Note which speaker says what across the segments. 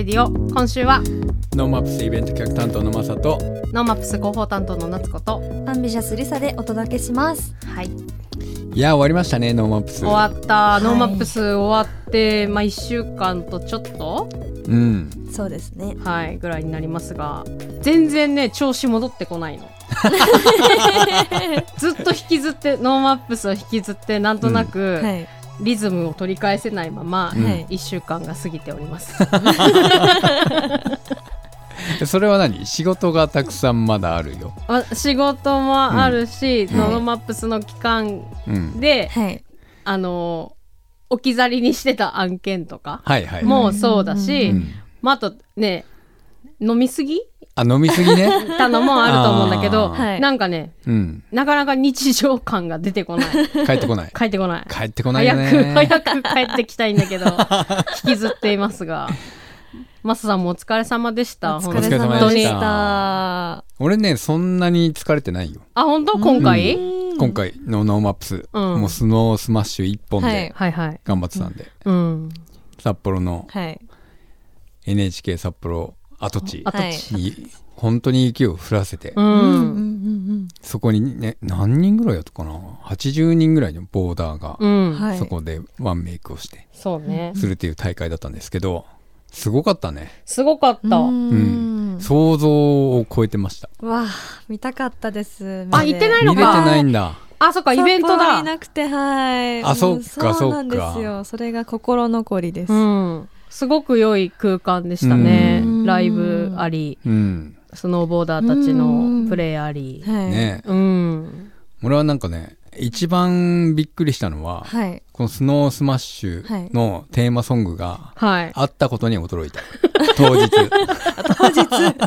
Speaker 1: 今週は
Speaker 2: ノーマップスイベント企画担当のマサと
Speaker 1: ノーマップス広報担当の夏子と
Speaker 3: アンビシャスリサでお届けします。
Speaker 1: はい
Speaker 2: いや終わりましたねノーマップス
Speaker 1: 終わった、
Speaker 3: い
Speaker 1: ノーマップス終わってまあ1週間とちょっと
Speaker 2: うん
Speaker 3: そうですね。
Speaker 1: はいぐらいになりますが全然ね調子戻ってこ ないのずっと引きずってノーマップスを引きずってなんとなく
Speaker 3: はい。
Speaker 1: リズムを取り返せないまま、
Speaker 2: うん
Speaker 3: はい
Speaker 1: 1週間が過ぎております
Speaker 2: それは何仕事がたくさんまだあるよ
Speaker 1: あ仕事もあるし、
Speaker 2: ん
Speaker 1: ノーマップスの期間
Speaker 2: うん
Speaker 1: で、
Speaker 3: はい。
Speaker 1: あの置き去りにしてた案件とか
Speaker 2: はいはい
Speaker 1: もうそうだし、
Speaker 2: うん
Speaker 1: まあ、あとね飲みすぎ
Speaker 2: あ飲みすぎね
Speaker 1: たのもあると思うんだけど、
Speaker 2: あ
Speaker 3: ーはい
Speaker 1: なんかね
Speaker 2: うん
Speaker 1: なかなか日常感が出てこない
Speaker 2: 帰ってこない
Speaker 1: 帰ってこない
Speaker 2: 帰ってこないよ
Speaker 1: 早く
Speaker 2: ね
Speaker 1: 早く帰ってきたいんだけ ど引きずっていますがマサさんもお疲れ様でした
Speaker 3: お
Speaker 2: お
Speaker 3: 疲
Speaker 2: 疲
Speaker 3: れ
Speaker 2: れ
Speaker 3: 様
Speaker 2: 様
Speaker 3: で
Speaker 2: で
Speaker 3: し
Speaker 2: した
Speaker 3: た。
Speaker 2: 俺ねそんなに疲れてないよ
Speaker 1: あ本当今回、
Speaker 2: 今回のノーマップス、
Speaker 1: うん
Speaker 2: もうスノースマッシュ一本
Speaker 3: はい
Speaker 2: で
Speaker 1: はいはい
Speaker 2: 頑張ってたんで、
Speaker 1: うん
Speaker 2: 札幌の
Speaker 3: はい。
Speaker 2: NHK 札幌跡地
Speaker 1: あと
Speaker 3: はい
Speaker 1: ち
Speaker 2: に本当に雪を降らせて、
Speaker 1: うん、
Speaker 3: う
Speaker 1: うん
Speaker 3: ん
Speaker 2: そこにね何人ぐらいだったかな80人ぐらいのボーダーが、
Speaker 3: は
Speaker 2: そこでワンメイクをして
Speaker 1: そうね
Speaker 2: するっていう大会だったんですけどすごかったね、
Speaker 1: すごかった、
Speaker 3: うん。
Speaker 2: 想像を超えてました
Speaker 3: わあ、見たかったです。
Speaker 1: あ行ってない
Speaker 2: 見
Speaker 1: の
Speaker 2: れて
Speaker 1: か
Speaker 2: ないんだ
Speaker 1: あそっかイベント
Speaker 3: 札幌
Speaker 1: だ
Speaker 3: いなくて、はい。
Speaker 2: あそっか
Speaker 3: もそうなんで
Speaker 2: そっ
Speaker 3: す
Speaker 2: か
Speaker 3: よ。それが心残りです。
Speaker 1: うんすごく良い空間でしたね
Speaker 2: うん
Speaker 1: ライブあり
Speaker 2: うん
Speaker 1: スノーボーダーたちのプレイあり
Speaker 3: はい。
Speaker 2: ねえ
Speaker 1: うん
Speaker 2: 俺はなんかね一番びっくりしたのは、
Speaker 3: はい。
Speaker 2: この「スノースマッシュ」のテーマソングが
Speaker 1: はい
Speaker 2: あったことに驚いた当日
Speaker 3: 当日。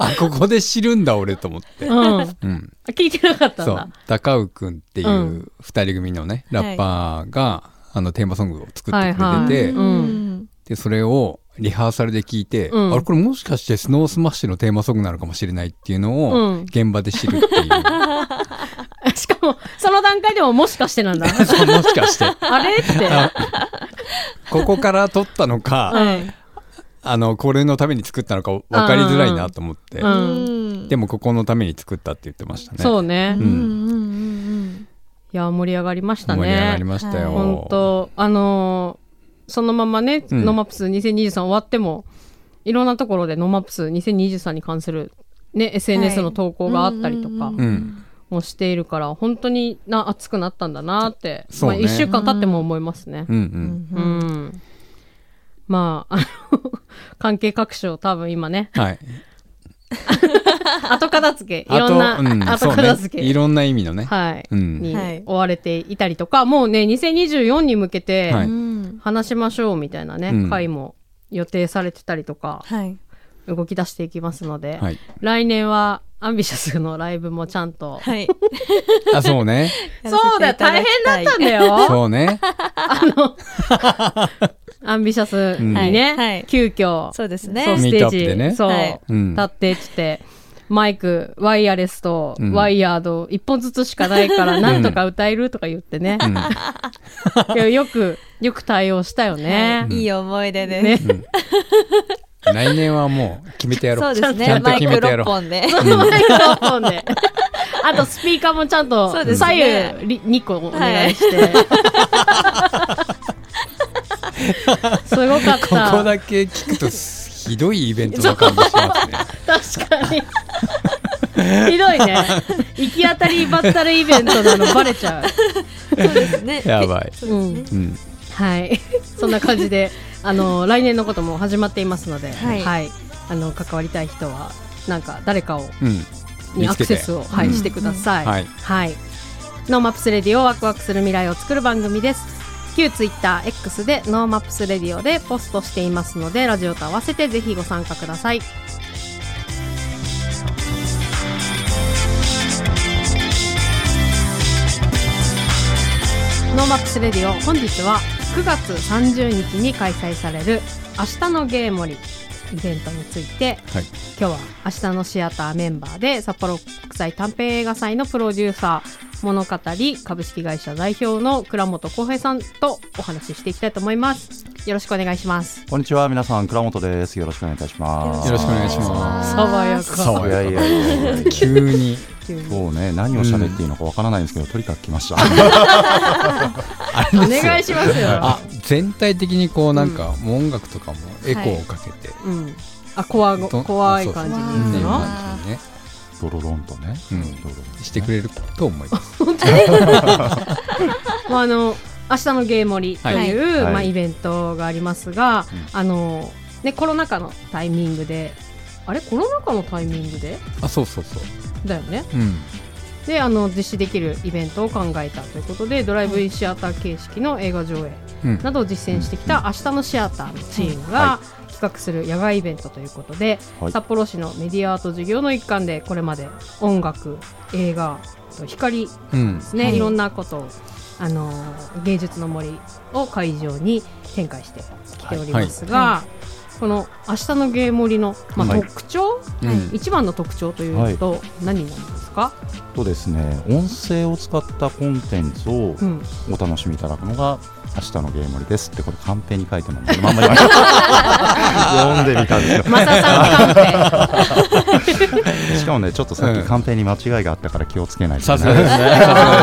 Speaker 2: あここで知るんだ俺と思って、
Speaker 1: うん
Speaker 2: うん、
Speaker 1: 聞いてなかったん
Speaker 2: そ
Speaker 1: だ
Speaker 2: う高尾くんっていううん二人組のね、ラッパーが、あのテーマソングを作ってくれてて、
Speaker 1: はいはい
Speaker 3: うんん。
Speaker 2: でそれをリハーサルで聞いて、
Speaker 1: うん
Speaker 2: あれこれもしかしてスノースマッシュのテーマソングなのかもしれないっていうの
Speaker 1: うん
Speaker 2: を現場で知るっていう、
Speaker 1: しかも、その段階でももしかしてなんだ。
Speaker 2: そうもしかして
Speaker 1: あれって。
Speaker 2: ここから撮ったのか、
Speaker 1: うん
Speaker 2: あのこれのために作ったのか分かりづらいなと思って、
Speaker 1: うん
Speaker 3: うん
Speaker 2: でもここのために作ったって言ってましたね。
Speaker 1: そうね。
Speaker 2: う
Speaker 3: うんんうんうん
Speaker 1: いや、盛り上がりました
Speaker 2: 盛り上が
Speaker 1: ね
Speaker 2: り。ましたよ。
Speaker 1: 本当あのーそのままね、
Speaker 2: うん
Speaker 1: ノマップス2023終わっても、いろんなところでノマップス2023に関する、ね、SNS の投稿があったりと
Speaker 3: うんう
Speaker 1: か
Speaker 3: ん
Speaker 2: う、
Speaker 3: うん
Speaker 1: もしているから、本当にな熱くなったんだなって、
Speaker 2: そう
Speaker 1: まあ、
Speaker 2: ね
Speaker 1: 1週間経っても思いますね。
Speaker 2: うん、う、
Speaker 3: うん。
Speaker 1: うんんまあ、あの、 関係各所多分今 ね、
Speaker 2: はい。
Speaker 1: 後片付け、い
Speaker 2: あ
Speaker 1: ろんな、
Speaker 2: と、うん、
Speaker 1: 後
Speaker 2: そう
Speaker 1: 片
Speaker 2: ね
Speaker 1: 付。け、
Speaker 2: いろんな意味のね。
Speaker 1: はい、
Speaker 2: うん
Speaker 1: に
Speaker 3: はい
Speaker 1: 追われていたりとか、もうね、2024に向けて
Speaker 2: は
Speaker 3: う
Speaker 2: い
Speaker 3: ん。
Speaker 1: 話しましょうみたいなね、
Speaker 2: うん
Speaker 1: 会も予定されてたりとか、
Speaker 3: はい。
Speaker 1: 動き出していきますので、
Speaker 2: はい。
Speaker 1: 来年はアンビシャスのライブもちゃんと、
Speaker 3: はい。
Speaker 2: あ、そうね。
Speaker 1: そうだよ、大変だったんだよ。
Speaker 2: そうね。
Speaker 1: アンビシャスに
Speaker 3: うんはいは
Speaker 1: ね
Speaker 3: い、
Speaker 1: 急遽、
Speaker 3: そうです
Speaker 1: そう
Speaker 3: ね。
Speaker 1: ス
Speaker 2: ミー
Speaker 1: テ
Speaker 2: ト
Speaker 1: ー
Speaker 2: アップでね
Speaker 1: ジ、そう、
Speaker 3: はい
Speaker 2: うん
Speaker 1: 立ってきて、マイク、ワイヤレスと
Speaker 2: うん
Speaker 1: ワイヤード一本ずつしかないから、なんとか歌えるとか言ってね。
Speaker 2: うん
Speaker 1: いやよく、よく対応したよね。
Speaker 3: いい思い出です。
Speaker 1: ね。
Speaker 2: 来年はもう決めてやろう。
Speaker 3: そうです
Speaker 2: ちゃ
Speaker 3: ね。
Speaker 2: んと
Speaker 3: マイ
Speaker 2: 決め
Speaker 3: ク
Speaker 2: てや
Speaker 3: 六
Speaker 2: ろ
Speaker 3: 本 で。
Speaker 1: マイクロフォンで。あとスピーカーもちゃんと
Speaker 3: そうです
Speaker 1: 左
Speaker 3: ね
Speaker 1: 右2個お願いして。すごかっ
Speaker 2: う。こ
Speaker 1: た。
Speaker 2: こだけ聞くとすひどいイベントの感じしますね。
Speaker 1: 確かに。ひどいね。行き当たりばったりイベントなのバレちゃう。
Speaker 3: そうですね。
Speaker 2: やば い。
Speaker 1: うん、
Speaker 2: うん。
Speaker 1: はい、 そんな感じで、 あの来年のことも始まっていますので、は、
Speaker 3: はいい
Speaker 1: あの関わりたい人は。なんか誰かを、
Speaker 2: うん。
Speaker 1: に
Speaker 2: 見
Speaker 1: アク
Speaker 2: つけ
Speaker 1: セ
Speaker 2: て。
Speaker 1: スを、はい
Speaker 3: うん
Speaker 1: してください。
Speaker 2: うんはい
Speaker 1: はい。ノーマップスレディをワクワクする未来を作る番組です。旧ツイッター X でノーマップスレディオでポストしていますので、ラジオと合わせてぜひご参加ください。ノーマップスレディオ本日は9月30日に開催される明日のゲームリイベントについて
Speaker 2: はい。
Speaker 1: 今日は明日のシアターメンバーで札幌国際短編映画祭のプロデューサー物語株式会社代表の倉本浩平さんとお話ししていきたいと思いますよろしくお願いします
Speaker 4: こんにちは、皆さん、倉本です。よろしくお願いいたします。
Speaker 2: よろしくお願いします
Speaker 1: 爽やか
Speaker 2: 爽
Speaker 4: いやいやいやいや。
Speaker 2: 急に
Speaker 1: 急に
Speaker 4: もうね、何を喋っていいのかわからないんですけど、とにかく来ました。
Speaker 2: あ
Speaker 1: お
Speaker 2: れですよ
Speaker 1: 願いしますよ
Speaker 2: あ全体的にこうなんか、もう音楽とかもエコーをかけて、
Speaker 1: うんあ怖ご
Speaker 2: ど
Speaker 1: 怖い感じに
Speaker 3: そう
Speaker 1: 言
Speaker 2: うんっ
Speaker 3: そ
Speaker 1: う
Speaker 2: ていう
Speaker 1: の
Speaker 2: 感じにね
Speaker 4: ドロロンとね、
Speaker 2: うん
Speaker 4: ドロロン
Speaker 2: してくれると思います。
Speaker 1: まああの明日のゲーモリという、ま
Speaker 4: はいは
Speaker 1: あ
Speaker 4: い
Speaker 1: イベントがありますが、
Speaker 2: う
Speaker 1: あのねコロナ禍のタイミングであれコロナ禍のタイミングで
Speaker 2: あそうそうそう。
Speaker 1: だよね
Speaker 2: うん
Speaker 1: であの実施できるイベントを考えたということでドライブインシアター形式の映画上映
Speaker 2: うん
Speaker 1: などを実践してきた明日のシアターのチームが
Speaker 4: は
Speaker 1: 企画する野外イベントということで、
Speaker 4: はい
Speaker 1: 札幌市のメディアアート事業の一環でこれまで音楽映画と光
Speaker 2: うん
Speaker 1: ですね、、
Speaker 3: はいい
Speaker 1: ろんなことを、あのー芸術の森を会場に展開してきておりますが、
Speaker 3: は
Speaker 1: この「明日の芸森の」まあ
Speaker 4: はい
Speaker 1: 特徴、
Speaker 2: うん
Speaker 1: 一番の特徴というと何になるんですか、
Speaker 4: とですね、音声を使ったコンテンツを
Speaker 1: うん、
Speaker 4: お楽しみいただくのが、明日のゲームリですって、これ、カンペに書いてもらって、まんま今 読んでみたんです
Speaker 1: マサさんカン
Speaker 4: けど、 しかもね、ちょっとさっ
Speaker 2: う
Speaker 4: き
Speaker 2: ん
Speaker 4: カンペに間違いがあったから気をつけないと
Speaker 2: さすがですね。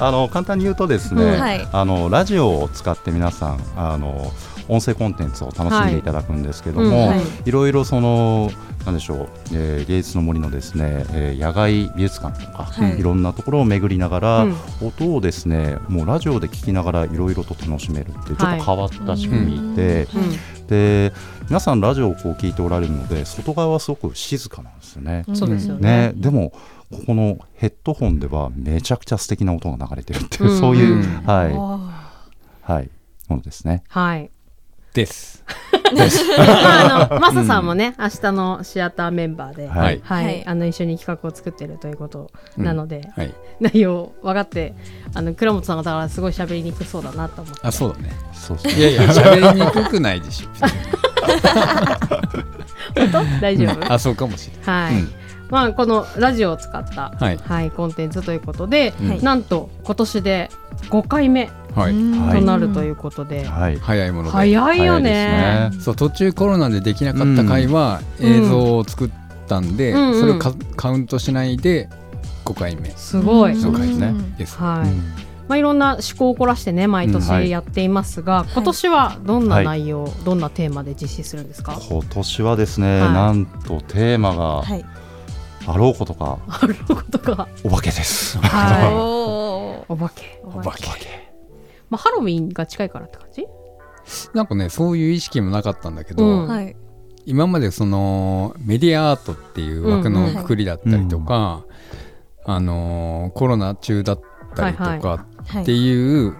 Speaker 4: あの簡単に言うとですね、
Speaker 1: うん
Speaker 3: はい
Speaker 4: あのラジオを使って皆さんあの音声コンテンツを楽しんでいただくんですけども、
Speaker 1: はいいうん
Speaker 4: ろいろそのなんでしょう、えー芸術の森のですね、えー野外美術館とか、
Speaker 3: はい
Speaker 4: い、ろんなところを巡りながら、
Speaker 1: うん
Speaker 4: 音をですねもうラジオで聞きながらいろいろと楽しめるっていうちょ
Speaker 1: は
Speaker 4: っ
Speaker 1: い
Speaker 4: と変わった仕組みで、
Speaker 1: ペ、
Speaker 4: で皆さんラジオをこう聞いておられるので外側はすごく静かなんですよね。
Speaker 1: うん、そうですよね
Speaker 4: ね、でもここのヘッドホンではめちゃくちゃ素敵な音が流れてるっていう、
Speaker 1: うん
Speaker 4: そういう、
Speaker 2: うん
Speaker 4: は、
Speaker 3: はい
Speaker 4: はい、ものですね。
Speaker 1: はい
Speaker 2: です。
Speaker 1: まああのマサさんもね、明日のシアターメンバーで、はい
Speaker 4: はい、
Speaker 3: はい
Speaker 1: あの一緒に企画を作ってるということなので、
Speaker 2: はい。
Speaker 1: 内容分かってあの倉本さんがだからすごい喋りにくそうだなと思って
Speaker 2: あそうだね。
Speaker 4: そうで
Speaker 2: い
Speaker 4: すね。
Speaker 2: やい や喋りにくくないでしょ。
Speaker 1: 大丈夫
Speaker 2: あそうかもしれ
Speaker 1: は
Speaker 2: ない。
Speaker 1: い、
Speaker 2: うん
Speaker 1: まあこのラジオを使った、は
Speaker 2: はいい
Speaker 1: コンテンツということで、
Speaker 3: はい
Speaker 1: なんと今年で5回目
Speaker 2: はいい。
Speaker 4: はい
Speaker 1: となるということで、
Speaker 4: はい、
Speaker 2: 早いもので。
Speaker 1: 早いよね
Speaker 4: 早いですね
Speaker 2: そう途中コロナでできなかった回は
Speaker 1: うん
Speaker 2: 映像を作ったんで、
Speaker 1: うんうん
Speaker 2: それをカカウントしないで5回目
Speaker 1: すごい、
Speaker 3: うん
Speaker 2: の回ですね
Speaker 3: うん
Speaker 2: です。
Speaker 1: はい、
Speaker 4: うん
Speaker 1: まあいろんな趣向を凝らしてね毎
Speaker 2: うんは
Speaker 1: 年
Speaker 4: い
Speaker 1: やっていますが、今年はどんな
Speaker 4: はい
Speaker 1: 内容、どんなテーマで実施するんですか、
Speaker 4: 今年はですね、
Speaker 1: はい
Speaker 4: なんとテーマが
Speaker 3: はい
Speaker 4: あろうことか
Speaker 1: あることが
Speaker 4: お化けです。
Speaker 1: は い
Speaker 3: お
Speaker 1: お化けお
Speaker 2: お化け
Speaker 1: まあ、ハロウィンが近いからって感じ
Speaker 2: なんかねそういう意識もなかったんだけど、
Speaker 1: うん
Speaker 3: ーはい
Speaker 2: 今までそのメディアアートっていう枠
Speaker 1: うん
Speaker 2: の
Speaker 1: うん
Speaker 2: くくりだったりとか、あのーコロナ中だったりと
Speaker 1: はい
Speaker 2: か
Speaker 3: は
Speaker 2: って
Speaker 3: い
Speaker 2: いう、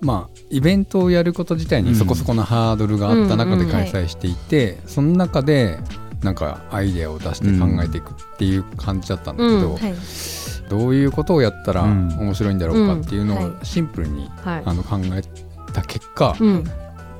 Speaker 2: まあイベントをやること自体
Speaker 4: う
Speaker 2: に
Speaker 4: ん
Speaker 2: そこそこのハードルがあった中
Speaker 1: うんう
Speaker 2: で
Speaker 1: ん
Speaker 2: 開催していて、その中でなんかアイデアを出して考えていくっていう感じだったんだけど、
Speaker 1: うん
Speaker 3: はい
Speaker 2: どういうことをやったら
Speaker 4: うん
Speaker 2: 面白いんだろうかっていう
Speaker 3: う
Speaker 2: の
Speaker 3: んは
Speaker 2: をシンプルに、
Speaker 1: はい
Speaker 2: あの考えた結果、
Speaker 1: うん、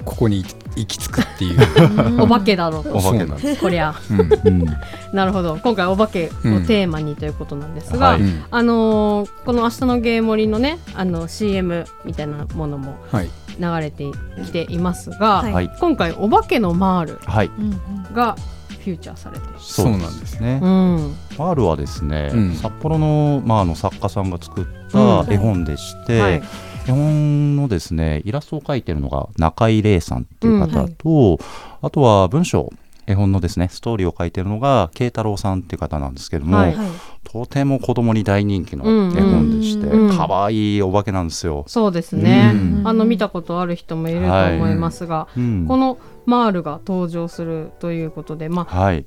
Speaker 2: ここに行き着くっていう
Speaker 3: うん
Speaker 1: お化けだろ
Speaker 4: お化けだ
Speaker 2: そうなんです
Speaker 1: こりゃ
Speaker 2: うん
Speaker 4: うん、
Speaker 1: なるほど今回お化けをテーマにということなんですが、
Speaker 4: はい
Speaker 2: うん
Speaker 1: あのーこの「明日のゲー森」のねあの CM みたいなものも
Speaker 2: はい
Speaker 1: 流れてきていますが、
Speaker 3: はい
Speaker 4: はい、
Speaker 1: 今回「お化けのマール
Speaker 4: はい、
Speaker 3: うんうん」
Speaker 1: がフューチャーされてる。
Speaker 2: そうなんです
Speaker 4: ね
Speaker 1: うん
Speaker 4: パールはですね、
Speaker 2: うん
Speaker 4: 札幌の,、まああの作家さんが作っ
Speaker 1: うん
Speaker 4: た絵本でして、
Speaker 1: はい
Speaker 4: 絵本のですねイラストを描いてるのが中井玲さんっていう方と、あとは文章絵本のですねストーリーを書いてるのが慶太郎さんっていう方なんですけども、
Speaker 1: はい
Speaker 3: はい
Speaker 4: とても子供に大人気の絵本でして
Speaker 1: うんうん
Speaker 4: 可愛、いいお化けなんですよ。
Speaker 1: そうですね、
Speaker 4: うん
Speaker 1: あの見たことある人もいると思いますが、
Speaker 4: うん
Speaker 1: このマールが登場するということで、まあ、
Speaker 4: はい、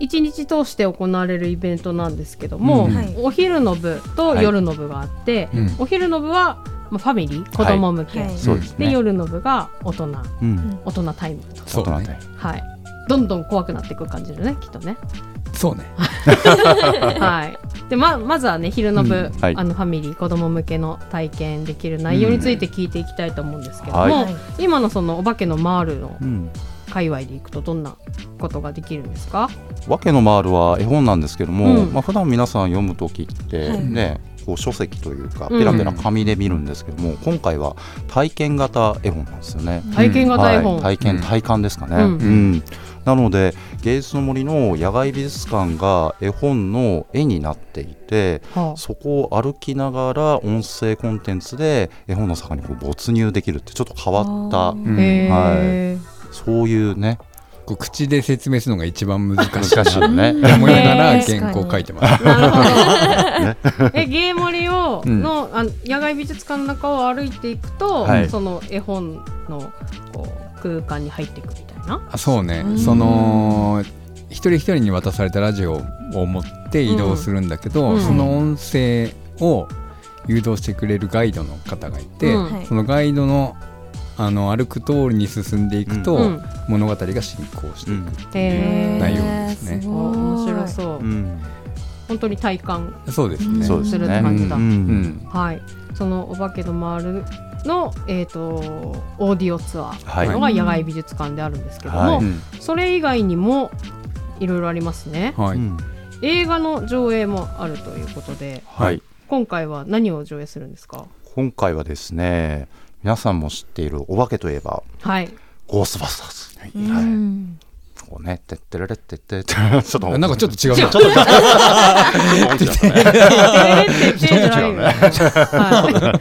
Speaker 1: 1日通して行われるイベントなんですけども、
Speaker 2: うん
Speaker 3: はい
Speaker 1: お昼の部と夜の部があって、
Speaker 2: うん
Speaker 1: お昼の部は、まあ、ファミリー子供向け、
Speaker 3: はいはい
Speaker 4: そうです
Speaker 1: で、
Speaker 4: ね。
Speaker 1: 夜の部が大人
Speaker 4: うん、
Speaker 1: 大人タイムと
Speaker 2: そう
Speaker 4: 大人
Speaker 2: ね
Speaker 4: で
Speaker 1: はいどんどん怖くなっていく感じだねきっとね
Speaker 2: そうね
Speaker 1: はいでままずはね昼の部、
Speaker 2: うん
Speaker 4: はい
Speaker 1: あのファミリー子供向けの体験できる内容について聞いていきたいと思うんですけども、
Speaker 4: うん
Speaker 3: はい
Speaker 1: 今のそのお化けのマールの
Speaker 4: うん
Speaker 1: 界隈でいくとどんなことができるんですか
Speaker 4: わけのまーるは絵本なんですけども、
Speaker 1: うん
Speaker 4: まあ普段皆さん読むときって
Speaker 3: はい
Speaker 4: ね、こう書籍というか
Speaker 1: うん
Speaker 4: ペラペラ紙で見るんですけども、今回は体験型絵本なんですよね。
Speaker 1: 体験型絵
Speaker 4: はい、
Speaker 1: 本。
Speaker 4: 体験、
Speaker 2: うん
Speaker 4: 体感ですかね、
Speaker 1: う
Speaker 4: うんんなので芸術の森の野外美術館が絵本の絵になっていて
Speaker 1: は
Speaker 4: そこを歩きながら音声コンテンツで絵本の坂にこう没入できるってちょっと変わった
Speaker 1: あ
Speaker 2: うん
Speaker 1: へー
Speaker 4: そういうね
Speaker 2: こう口で説明するのが一番難しい
Speaker 4: 難しいよね。
Speaker 2: と思いながら
Speaker 1: ね
Speaker 2: 原稿書いてます。
Speaker 1: なる ほ ど。え、ゲーモリを、
Speaker 2: うん
Speaker 1: の、あの、野外美術館の中を歩いていくと、
Speaker 4: はい
Speaker 1: その絵本の。こう、空間に入っていくみたいな。
Speaker 2: あそうね
Speaker 3: うん
Speaker 2: その一人一人に渡されたラジオを持って移動するんだけど、
Speaker 1: うん
Speaker 2: その音声を誘導してくれるガイドの方がいて、
Speaker 1: うん
Speaker 3: はい
Speaker 2: そのガイドのあの歩く通りに進んでいくと、
Speaker 1: うん。
Speaker 2: 物語が進行していく、
Speaker 1: え
Speaker 2: 内容
Speaker 1: ー。
Speaker 2: ですね
Speaker 3: す
Speaker 1: お
Speaker 3: ごい
Speaker 1: 面白そう
Speaker 4: う。ん
Speaker 1: 本当に体感
Speaker 2: そうですね。
Speaker 4: そうですす
Speaker 1: るっ
Speaker 4: ね
Speaker 1: て感じだ。
Speaker 4: うん
Speaker 2: うん
Speaker 1: はい。そのお化けの回るの、えっ、と、オーディオツアー。
Speaker 4: はい、
Speaker 1: のが野外美術館であるんですけども、
Speaker 4: はい
Speaker 2: うん
Speaker 1: それ以外にもいろいろありますね
Speaker 2: は
Speaker 4: う
Speaker 2: い
Speaker 4: ん
Speaker 1: 映画の上映もあるということで
Speaker 4: はい
Speaker 1: 今回は何を上映するんですか
Speaker 4: 今回はですね皆さんも知っているお化けといえば
Speaker 1: はい
Speaker 4: ゴーストバスターズ、
Speaker 3: う
Speaker 4: はい
Speaker 3: ん
Speaker 4: こうねてってれれってってって ちょっと
Speaker 2: なんかちょっと違う
Speaker 1: 違う
Speaker 2: な。
Speaker 1: ちょっ
Speaker 4: ね
Speaker 1: と違うねは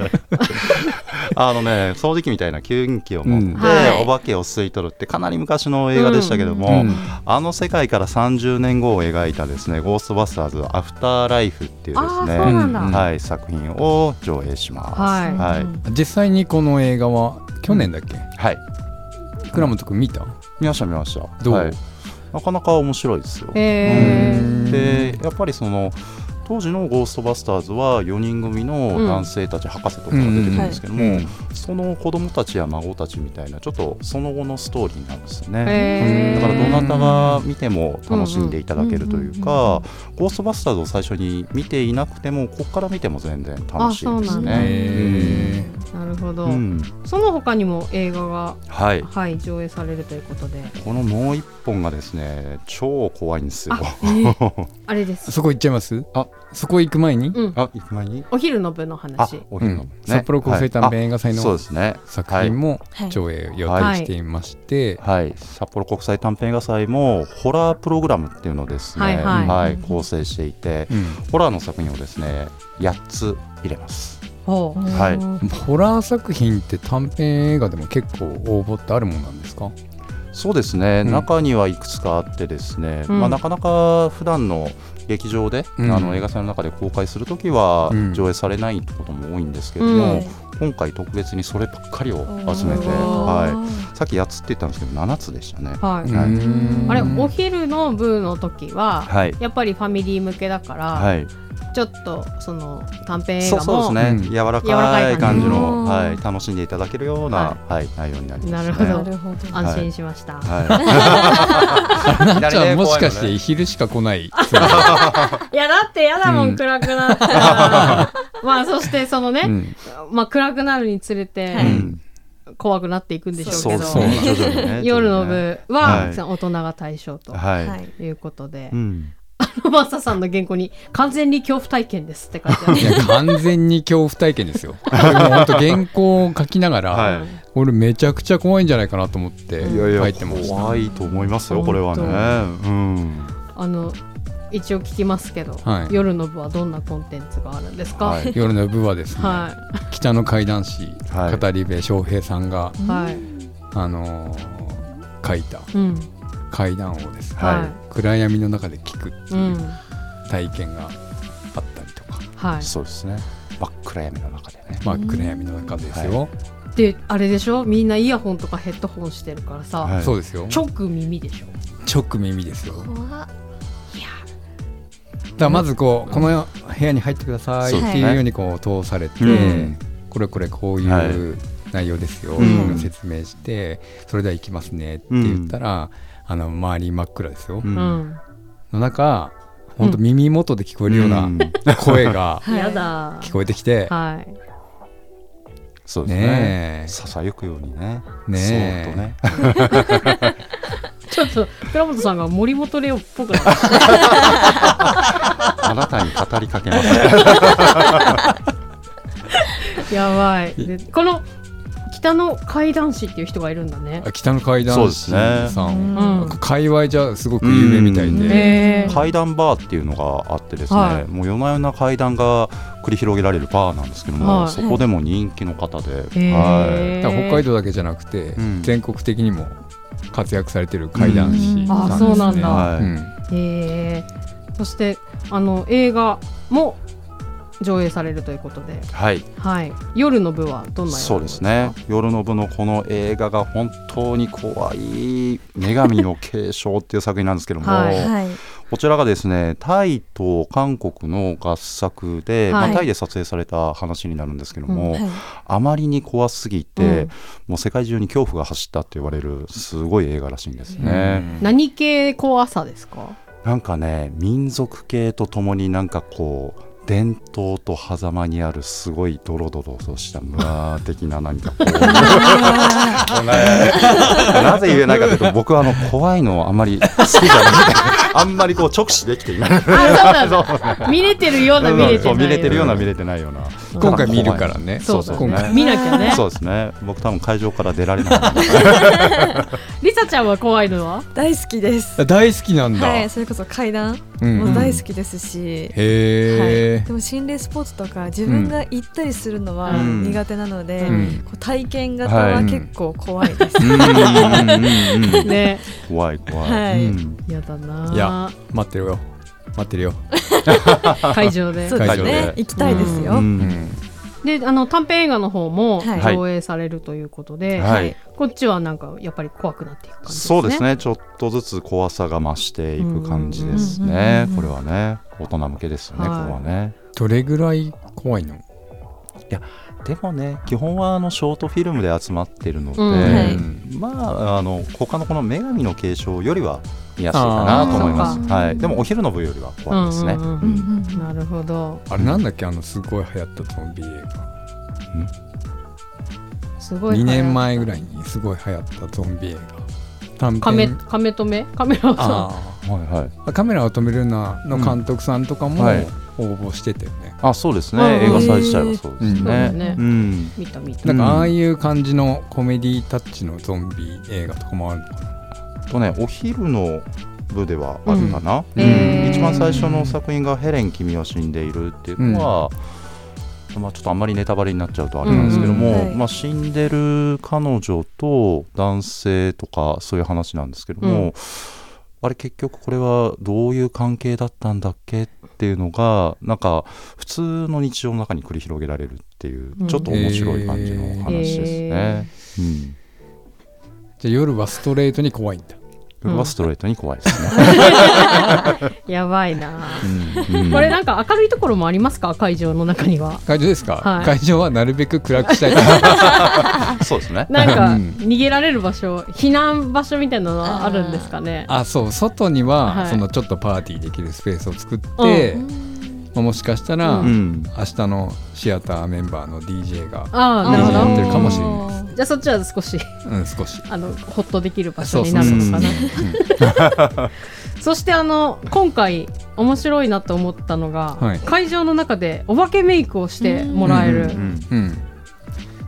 Speaker 4: あのね掃除機みたいな吸引器を持って、
Speaker 2: うん
Speaker 1: はい
Speaker 4: お化けを吸い取るってかなり昔の映画でしたけども、
Speaker 2: うん
Speaker 4: あの世界から30年後を描いたですね「ゴーストバスターズアフターライフ」っていうで
Speaker 1: あ
Speaker 4: す
Speaker 1: ーそう
Speaker 4: ね
Speaker 1: なんだ
Speaker 4: はい、作品を上映します。
Speaker 1: はい
Speaker 4: はい
Speaker 2: 実際にこの映画は去年だっけ？
Speaker 4: はい
Speaker 2: 倉本くん見た？
Speaker 4: 見ました見ました
Speaker 2: どう
Speaker 4: はい、なかなか面白いですよ
Speaker 1: いえー
Speaker 4: でやっぱりその当時の「ゴーストバスターズ」は4人組の男性たち、博士とかが出てくるんですけども、
Speaker 2: うん
Speaker 4: その子供たちや孫たちみたいなちょっとその後のストーリーなんですよね。
Speaker 1: えー
Speaker 4: だからどなたが見ても楽しんでいただけるというか、ゴーストバスターズを最初に見ていなくても、ここから見ても全然楽しいで
Speaker 1: あそ
Speaker 4: す
Speaker 1: うなんだ
Speaker 4: ね。
Speaker 2: え
Speaker 1: なるほど、
Speaker 4: うん、
Speaker 1: その他にも映画が、
Speaker 4: はい。
Speaker 1: はい、上映されるということで
Speaker 4: このもう一本がですね、超怖いんですよ。
Speaker 1: ああれです
Speaker 2: ーそこ行っちゃいます？
Speaker 4: あ、
Speaker 2: そこ行く前に
Speaker 1: うん
Speaker 4: あ、行く前に。
Speaker 1: お昼の部の
Speaker 4: あ
Speaker 1: 話、
Speaker 4: お昼の
Speaker 2: うん
Speaker 4: ね
Speaker 2: 札幌国際短編映画祭の
Speaker 4: はいあそうですね。
Speaker 2: 作品も
Speaker 3: はい
Speaker 2: 上映予
Speaker 4: は
Speaker 1: い
Speaker 2: 定していまして、
Speaker 4: はい、札幌国際短編映画祭もホラープログラムっていうのをですね、
Speaker 1: はいはい
Speaker 4: 構成していて、
Speaker 2: う
Speaker 4: ホラーの作品をですね8つ入れます。
Speaker 1: ほう
Speaker 4: はい
Speaker 2: んホラー作品って短編映画でも結構応募ってあるもんなんですか？
Speaker 4: そうですね、
Speaker 2: うん
Speaker 4: 中にはいくつかあってですね、
Speaker 1: うん
Speaker 4: まあ、なかなか普段の劇場で、
Speaker 2: うん
Speaker 4: あの映画祭の中で公開するときは
Speaker 2: うん
Speaker 4: 上映されないってことも多いんですけど
Speaker 1: うん
Speaker 4: も、
Speaker 1: はい
Speaker 4: 今回特別にそればっかりを集めて、
Speaker 1: おー
Speaker 4: はさっき8つって言ったんですけど7つでしたね。
Speaker 1: は
Speaker 2: う
Speaker 1: い、
Speaker 2: ーん
Speaker 1: あれお昼の部の時は、
Speaker 4: はい、
Speaker 1: やっぱりファミリー向けだから、
Speaker 4: はい
Speaker 1: ちょっとその短編映
Speaker 4: そう
Speaker 1: 画
Speaker 4: そうです
Speaker 1: も
Speaker 4: ね、
Speaker 2: うん
Speaker 4: 柔ら
Speaker 1: 柔らか
Speaker 4: か
Speaker 1: い
Speaker 4: い
Speaker 1: 感
Speaker 4: 感
Speaker 1: じ
Speaker 4: じ
Speaker 3: の
Speaker 4: の、はい、楽しんでいただけるような、はい内容になります、ね。
Speaker 1: なるほ
Speaker 3: なるほど
Speaker 1: 安心しました。
Speaker 4: はい、
Speaker 2: なっちゃんもしかし
Speaker 4: い
Speaker 2: て昼しか来ない。
Speaker 1: い、やだってやだもん、
Speaker 2: うん
Speaker 1: 暗くなった らまあそしてそのね、
Speaker 2: うん
Speaker 1: まあ暗くなるにつれて、
Speaker 3: はい
Speaker 4: うん
Speaker 1: 怖くなっていくんでしょうけど
Speaker 2: そうですね
Speaker 4: 徐々にね
Speaker 1: 夜の部は、
Speaker 4: はい
Speaker 1: 大人が対象と
Speaker 4: はい、
Speaker 3: はい
Speaker 1: いうことで、
Speaker 4: うん、
Speaker 1: マサさんの原稿に完全に恐怖体験ですって書いてあ
Speaker 2: い
Speaker 1: る。
Speaker 2: や完全に恐怖体験 ですよ。これもう本当原稿を書きながら、
Speaker 4: はい
Speaker 2: 俺めちゃくちゃ怖いんじゃないかなと思って
Speaker 4: いやい
Speaker 2: 書いてま
Speaker 4: や
Speaker 2: した。
Speaker 4: 怖いと思いますよこれはね、うん、
Speaker 1: あの一応聞きますけど、
Speaker 2: はい
Speaker 1: 夜の部はどんなコンテンツがあるんですか。は
Speaker 4: はいい
Speaker 2: 夜の部はですね、
Speaker 1: は
Speaker 2: 北の怪談師、
Speaker 4: はい
Speaker 2: 語り部翔平さんが、
Speaker 1: い、はい、
Speaker 2: あのー書いた
Speaker 1: うん、
Speaker 2: 怪談をですね、
Speaker 1: は
Speaker 4: はいい、
Speaker 2: 暗闇の中で聞くって
Speaker 1: う
Speaker 2: い
Speaker 1: ん
Speaker 2: う、体験があったりとか、
Speaker 1: はい。
Speaker 4: そうですね真っ暗闇の中でね、
Speaker 2: まあ、暗闇の中ですよ、
Speaker 1: であれでしょみんなイヤホンとかヘッドホンしてるからさ、
Speaker 4: はい
Speaker 2: そうですよ
Speaker 1: 直耳でしょ
Speaker 2: 直耳ですよだか
Speaker 3: 怖っ
Speaker 2: らまずこうこの部屋に入ってください
Speaker 4: そう
Speaker 2: っ
Speaker 4: です
Speaker 2: て
Speaker 4: ね
Speaker 2: いうようにこう通されて、
Speaker 4: うん
Speaker 2: これこれこうい
Speaker 4: は
Speaker 2: う
Speaker 4: い
Speaker 2: 内容ですよ、
Speaker 4: うん
Speaker 2: いうのを説明してそれでは行きますねって言ったら、あの周り真っ暗ですよ、
Speaker 4: う
Speaker 1: うんん、
Speaker 2: の中本当耳元で聞こえるような
Speaker 4: うん
Speaker 2: 声が
Speaker 3: はい
Speaker 1: やだ
Speaker 2: 聞こえてき て、
Speaker 1: はい
Speaker 4: そうですね
Speaker 2: ねえ
Speaker 4: ささゆくようにね
Speaker 2: ねえ
Speaker 4: そうとね
Speaker 1: ちょっと倉本さんが森本レオっぽくなった
Speaker 4: あなたに語りかけます。
Speaker 1: やばいでこの北の怪談師っていう人がいるんだね
Speaker 2: あ北の階
Speaker 4: そう
Speaker 2: 段
Speaker 4: ですね
Speaker 2: さん、
Speaker 1: うん
Speaker 2: 界隈じゃすごく有名みたい
Speaker 4: うん
Speaker 2: で、
Speaker 1: へー
Speaker 4: 階段バーっていうのがあってですね、
Speaker 1: はい
Speaker 4: もう夜な夜な階段が繰り広げられるバーなんですけども、
Speaker 1: はい
Speaker 4: そこでも人気の方で、
Speaker 1: へ
Speaker 4: はい
Speaker 1: ー
Speaker 2: だから北海道だけじゃなくて、
Speaker 4: うん
Speaker 2: 全国的にも活躍されてる怪談師
Speaker 3: うん
Speaker 2: さんです
Speaker 1: あ
Speaker 2: ね、
Speaker 1: そうなんだ
Speaker 4: はい
Speaker 2: うん
Speaker 1: へーそしてあの映画も上映されるということで、
Speaker 4: はい、
Speaker 1: はい、夜の部はどんな
Speaker 4: そうですね「夜の部」のこの映画が本当に怖い「女神の継承」っていう作品なんですけども、
Speaker 1: はい
Speaker 3: はい。
Speaker 4: こちらがですねタイと韓国の合作で、
Speaker 1: はい
Speaker 4: まあ、タイで撮影された話になるんですけども、
Speaker 3: はい。
Speaker 4: あまりに怖すぎて、
Speaker 1: うん
Speaker 4: もう世界中に恐怖が走ったって言われるすごい映画らしいんですね。
Speaker 1: 何系怖さですか
Speaker 4: なんかね民族系とともになんかこう伝統と狭間にあるすごいドロドロとした無駄的な何かこうなぜ言えないかというと僕はあの怖いのあんまり好きじゃない あんまりこう直視できていない
Speaker 1: あそうなん だ見れてるような見れて
Speaker 4: そう
Speaker 1: ない
Speaker 4: 見れてるような
Speaker 2: うん
Speaker 4: 見れてないような
Speaker 2: 今回見るからね
Speaker 1: そう
Speaker 4: そ
Speaker 1: だ
Speaker 4: う
Speaker 1: ね
Speaker 2: 今回
Speaker 1: 見なきゃね
Speaker 4: そうですね僕多分会場から出られない
Speaker 1: リサちゃんは怖いのは
Speaker 3: 大好きです。
Speaker 2: あ大好きなんだ、
Speaker 3: はい、それこそ階段
Speaker 2: うん
Speaker 3: も大好
Speaker 2: へ
Speaker 3: きですし。はい
Speaker 2: え、、
Speaker 3: でも心霊スポッツとか自分が行ったりするのは
Speaker 4: うん
Speaker 3: 苦手なので、
Speaker 2: うん
Speaker 3: こう体験型は結構怖いです、
Speaker 4: うんうんうんうん
Speaker 1: ね
Speaker 4: 怖い怖い、
Speaker 3: はい
Speaker 4: うん
Speaker 1: やだ
Speaker 2: いや
Speaker 1: な
Speaker 2: 待ってるよ待ってるよ、
Speaker 1: 会場で
Speaker 3: そうです
Speaker 4: 会場
Speaker 3: ね
Speaker 4: で
Speaker 3: 行きたいですよ、
Speaker 4: う
Speaker 2: うんん
Speaker 1: であの短編映画の方も
Speaker 3: はい
Speaker 1: 上映されるということで、
Speaker 4: はい
Speaker 1: こっちはなんかやっぱり怖くなっていく感じですね
Speaker 4: そうですねちょっとずつ怖さが増していく感じですね
Speaker 3: うん
Speaker 4: これはね大人向けですよね、
Speaker 1: はい
Speaker 4: ここはね
Speaker 2: どれぐらい怖いの
Speaker 4: でもね基本はあのショートフィルムで集まってるので、
Speaker 1: うんはい
Speaker 4: まああの他のこの「女神の継承」よりは見やすいかなと思いま
Speaker 1: あー
Speaker 3: そう
Speaker 4: す、
Speaker 3: か
Speaker 4: はい、でもお昼の部よりは怖いですね、
Speaker 1: うんうんうん
Speaker 3: うんうんうん
Speaker 1: なるほど
Speaker 2: あれなんだっけあのすごい流行ったゾンビ映画
Speaker 1: すごい
Speaker 2: 2年
Speaker 1: 前
Speaker 2: 前ぐらいにすごい流行ったゾンビ映画短編
Speaker 1: カメカメ止めカメラをさ
Speaker 2: あ
Speaker 4: はいはい
Speaker 2: ーカメラを止めるなの監督さんとかも
Speaker 4: うんはい
Speaker 2: 応募してたよね、
Speaker 4: あそうですね、
Speaker 1: うん
Speaker 4: 映画祭自体はそうです
Speaker 1: そうだ
Speaker 4: ね、
Speaker 1: ね
Speaker 4: うん
Speaker 1: 見た見た
Speaker 2: な
Speaker 4: う
Speaker 2: んんかああいう感じのコメディタッチのゾンビ映画とかもあるのかな
Speaker 4: とねお昼の部ではあるかな、
Speaker 1: うん
Speaker 4: うん
Speaker 1: へー
Speaker 4: 一番最初の作品が「ヘレン君は死んでいる」っていうのは、まあ、ちょっとあんまりネタバレになっちゃうとあれなんですけども、
Speaker 3: うんうんはい
Speaker 4: まあ、死んでる彼女と男性とかそういう話なんですけども、
Speaker 1: う
Speaker 4: あれ結局これはどういう関係だったんだっけっていうのがなんか普通の日常の中に繰り広げられるっていう、
Speaker 1: うん
Speaker 4: ちょっと面白い感じの話ですね。うん
Speaker 2: じゃあ夜はストレートに怖いんだ
Speaker 4: これはストレートに怖いですね。
Speaker 1: やばいな
Speaker 4: うん
Speaker 1: これなんか明るいところもありますか会場の中には
Speaker 2: 会場ですか、
Speaker 1: はい
Speaker 2: 会場はなるべく暗くしたいと思います
Speaker 4: そうですね。
Speaker 1: なんか
Speaker 2: うん
Speaker 1: 逃げられる場所避難場所みたいなのはあるんですかね
Speaker 2: あそう外には、
Speaker 1: はい
Speaker 2: そのちょっとパーティーできるスペースを作って、
Speaker 1: う
Speaker 2: まあもしかしたら、
Speaker 1: う
Speaker 4: うん。
Speaker 2: 明日のシアターメンバーの DJ が、
Speaker 1: ああ
Speaker 2: ー
Speaker 1: なるほど
Speaker 2: あーやってるかもしれないです
Speaker 1: じゃあそっちは少し
Speaker 2: うん、少し
Speaker 1: あのホッとできる場所になるのかな
Speaker 2: そうそうそう
Speaker 1: そしてあの今回面白いなと思ったのが、
Speaker 2: はい
Speaker 1: 会場の中でお化けメイクをしてもらえる。
Speaker 4: うん。
Speaker 2: うん、うん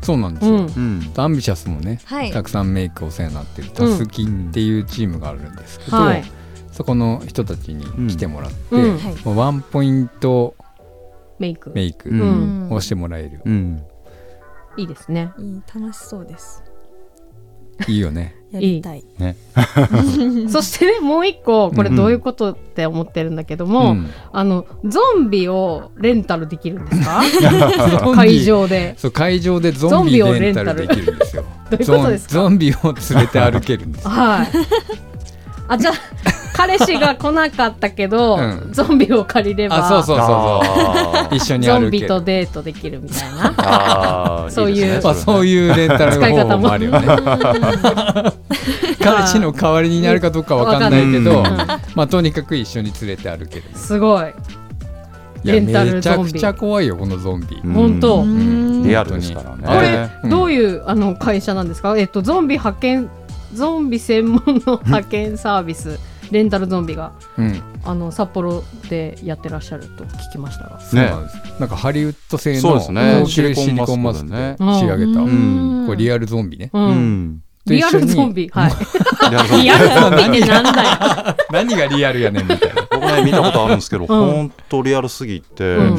Speaker 2: そうなんです
Speaker 1: う
Speaker 2: よ、
Speaker 1: ん
Speaker 4: うん。
Speaker 2: アンビシャスもね
Speaker 3: はい
Speaker 2: たくさんメイクお世話になってるタスキっていうチームがあるんですけど、
Speaker 1: はい
Speaker 2: そこの人たちに来てもらって、
Speaker 1: うん
Speaker 3: はい
Speaker 2: もうワンポイント
Speaker 1: メイク
Speaker 2: メイク
Speaker 4: う。
Speaker 1: うん
Speaker 2: をしてもらえる、
Speaker 4: うん。
Speaker 1: いいですね。
Speaker 3: いい楽しそうです
Speaker 2: いいよね
Speaker 3: やりたい
Speaker 1: そしてねもう一個これどういうことって思ってるんだけども、
Speaker 2: うん
Speaker 1: あのゾンビをレンタルできるんですか
Speaker 2: ゾンビ
Speaker 1: 会場で。
Speaker 2: そう会場でゾンビレンタルできるんですよ
Speaker 1: どういうことですか
Speaker 2: ゾンゾンビを連れて歩けるんです よ
Speaker 1: はい。 あじゃあ彼氏が来なかったけど、
Speaker 2: うん
Speaker 1: ゾンビを借りれば
Speaker 2: あそうそうそうそう
Speaker 4: あー
Speaker 2: 一緒に
Speaker 1: ゾ
Speaker 2: 歩
Speaker 1: ンビ
Speaker 2: け
Speaker 1: と
Speaker 2: る
Speaker 1: デートできるみ たいな。
Speaker 4: あー。
Speaker 1: そういう
Speaker 4: です
Speaker 2: ま
Speaker 4: ね
Speaker 2: あそう
Speaker 4: れね
Speaker 2: いうレンタル
Speaker 1: 使い
Speaker 2: 方
Speaker 1: 方
Speaker 2: 法
Speaker 1: も
Speaker 2: もあ るよね彼氏の代わりになるかどうかわかんないけど、
Speaker 4: わか
Speaker 1: んな
Speaker 2: まあとにかく一緒に連れて歩ける
Speaker 1: すごい。
Speaker 2: いや
Speaker 1: レンタル
Speaker 2: めちゃ
Speaker 1: ゾンビ
Speaker 2: くちゃ怖いよこのゾンビ、
Speaker 4: うん
Speaker 1: 本当
Speaker 2: ん
Speaker 3: うん
Speaker 4: リアルですからね。
Speaker 1: これ、
Speaker 2: うん
Speaker 1: どういうあの会社なんですか、えっと、ゾンビ派遣ゾンビ専門の派遣サービスレンタルゾンビが
Speaker 2: うん、
Speaker 1: あの札幌でやってらっしゃると聞きましたが。
Speaker 2: そうなんです、なんかハリウッド製
Speaker 4: そう
Speaker 2: の
Speaker 4: ですね
Speaker 2: 高級シリコンマスクで仕上げた、
Speaker 1: うん
Speaker 2: これリアルゾンビね。
Speaker 1: う
Speaker 4: うんん。
Speaker 2: と一
Speaker 1: リア
Speaker 2: 緒
Speaker 1: ル
Speaker 2: に
Speaker 1: ゾンビ、はい。
Speaker 4: いや
Speaker 1: リアルゾンビってなんだよ。
Speaker 2: 何がリアルやねんみたいな。
Speaker 4: 僕ね見たことあるんですけど、
Speaker 1: ん
Speaker 4: 本当リアルすぎて、
Speaker 1: うん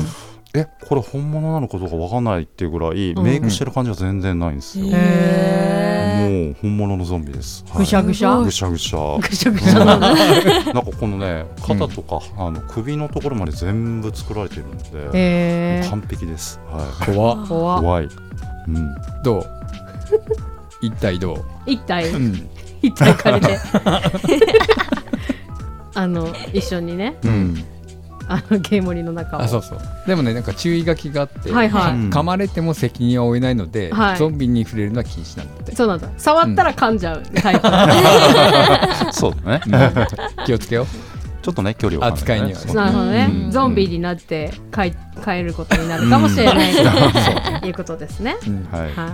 Speaker 4: えこれ本物なのかどうかわかんないっていうぐらい、
Speaker 1: うん
Speaker 4: メイクしてる感じは全然ないんですよ。
Speaker 1: へえ
Speaker 4: もう本物のゾンビです。はい
Speaker 1: ぐしゃぐしゃ。
Speaker 4: ぐしゃぐしゃ。
Speaker 1: ぐしゃぐしゃなんだ。
Speaker 4: なんかこのね肩とか、あの首のところまで全部作られてるので、
Speaker 1: え
Speaker 4: 完璧です。はい。
Speaker 2: 怖っ
Speaker 1: 怖っ
Speaker 4: 怖い。 うん。
Speaker 2: どう一体どう、
Speaker 1: 一体
Speaker 2: うん
Speaker 1: 一体借りて。あの一緒にね、
Speaker 4: うん。
Speaker 1: あのゲームリの中を。
Speaker 2: あそうそうでもねなんか注意書きがあって、
Speaker 1: はいはい
Speaker 4: うん
Speaker 2: 噛まれても責任は負えないので、
Speaker 1: はい
Speaker 2: ゾンビに触れるのは禁止なんだって
Speaker 1: そうなんだ。触ったら噛んじゃうタイプ。
Speaker 4: そうだね。
Speaker 2: 気をつけよ
Speaker 4: ちょっとね距離を置
Speaker 2: 扱
Speaker 4: か
Speaker 2: いに
Speaker 4: ね
Speaker 2: は
Speaker 4: そう
Speaker 1: なるほどね、
Speaker 4: うん
Speaker 1: ゾンビになって帰帰ることになるかもしれないと、 いうことですね。
Speaker 2: う、うん
Speaker 4: はい。
Speaker 1: はい、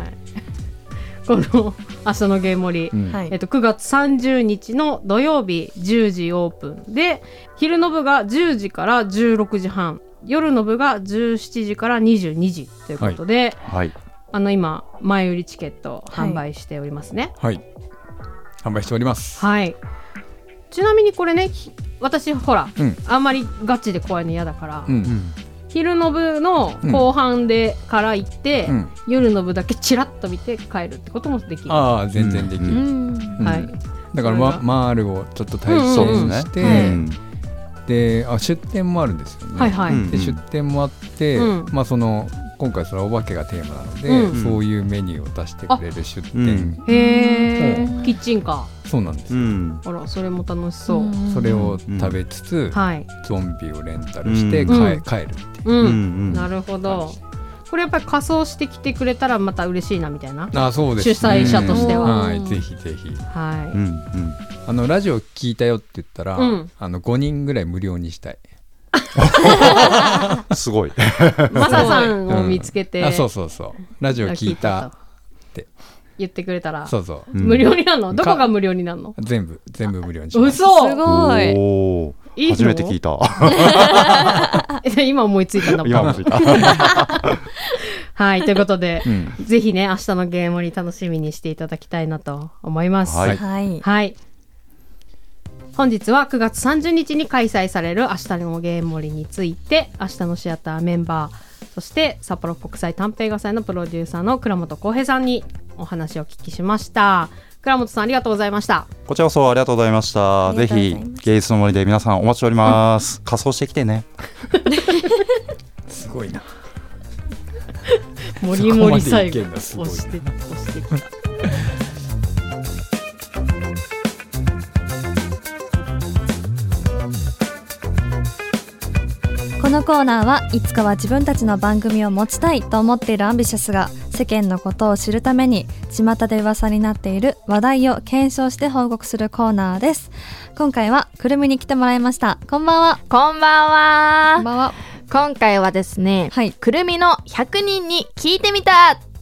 Speaker 1: この「明日のゲーム盛り」
Speaker 2: うん
Speaker 3: はい
Speaker 1: えっと、9月30日の土曜日10時オープンで昼の部が10時から16時半夜の部が17時から22時ということで、
Speaker 4: はい。
Speaker 1: あの今前売りチケット販売しておりますね。
Speaker 2: はい販売しております
Speaker 1: はい、ちなみにこれねひ私ほら、
Speaker 2: うん
Speaker 1: あんまりガチで怖いの嫌だから、
Speaker 2: うん
Speaker 1: 昼の部の後半でから行って、
Speaker 2: うん
Speaker 1: 夜の部だけちらっと見て帰るってこともできる。は
Speaker 2: ああ全然できる、
Speaker 4: うん
Speaker 3: うん
Speaker 1: い、
Speaker 2: うんだから、ま、マールをちょっと体
Speaker 1: うんうん
Speaker 2: 験
Speaker 4: そう
Speaker 2: し
Speaker 4: です
Speaker 2: て、
Speaker 1: ね
Speaker 4: うん
Speaker 2: であ出店もあるんですよね、
Speaker 1: はいはい、
Speaker 4: うん
Speaker 2: で出店もあって、
Speaker 1: うん
Speaker 2: まあ、その今回そのお化けがテーマなので、
Speaker 1: うん
Speaker 2: そういうメニューを出してくれる出店、
Speaker 1: へ
Speaker 2: う
Speaker 1: え、キッチンカ
Speaker 2: そうなんです
Speaker 4: う
Speaker 2: よ、
Speaker 4: ん。
Speaker 1: ー。あら、それも楽しそう。
Speaker 3: ん
Speaker 2: それを食べつつ、
Speaker 1: はい、
Speaker 2: ゾンビをレンタルして帰,、
Speaker 1: うん
Speaker 2: 帰るっていう、
Speaker 1: うん、
Speaker 4: うん
Speaker 1: なるほど。これやっぱり仮装してきてくれたらまた嬉しいなみたいな。
Speaker 2: あそうです、
Speaker 1: 主催者として
Speaker 3: は
Speaker 2: うんはいぜひぜひ
Speaker 1: は
Speaker 4: う
Speaker 1: い。
Speaker 4: んうん。
Speaker 2: あのラジオ聞いたよって言ったら、
Speaker 1: うん
Speaker 2: あの5人ぐらい無料にしたい
Speaker 4: すごい。
Speaker 1: マサさんを見つけて、
Speaker 2: あそうそうそうラジオ聞いたて
Speaker 1: 言ってくれたら、
Speaker 2: そうそう
Speaker 4: うん
Speaker 1: 無料になるの？どこが
Speaker 2: か
Speaker 1: 無料になるの？
Speaker 2: 全部全部無料にします
Speaker 1: 嘘。
Speaker 3: すごい
Speaker 4: おー
Speaker 1: いいの
Speaker 4: 初めて聞いた。
Speaker 1: い。今思いついたんだもん。
Speaker 4: 今も聞いた。
Speaker 1: はい、ということで、
Speaker 2: ん
Speaker 1: ぜひね、明日のゲームに楽しみにしていただきたいなと思います。
Speaker 4: はい
Speaker 3: はい。
Speaker 1: はい本日は9月30日に開催される明日のゲーム盛りについて、明日のシアターメンバー、そして札幌国際短編映画祭のプロデューサーの倉本浩平さんにお話をお聞きしました。倉本さんありがとうございました。
Speaker 4: こちらこそありがとうございました。
Speaker 3: あ
Speaker 4: ぜ
Speaker 3: りがとうござい
Speaker 4: ひ
Speaker 3: ます、
Speaker 4: 芸術の森で皆さんお待ちしております。仮装してきてね。
Speaker 2: すごいな
Speaker 1: もりもり
Speaker 2: そこまで
Speaker 1: 最
Speaker 2: い
Speaker 1: 後
Speaker 2: けんだすごいな
Speaker 1: 押して押してきた。
Speaker 5: このコーナーはいつかは自分たちの番組を持ちたいと思っているアンビシャスが世間のことを知るために巷で噂になっている話題を検証して報告するコーナーです今回はくるみに来てもらいましたこんばんは
Speaker 6: こんばんは。
Speaker 5: ばんは
Speaker 6: 今回はですね、
Speaker 5: はい
Speaker 6: くるみの100人に聞いてみた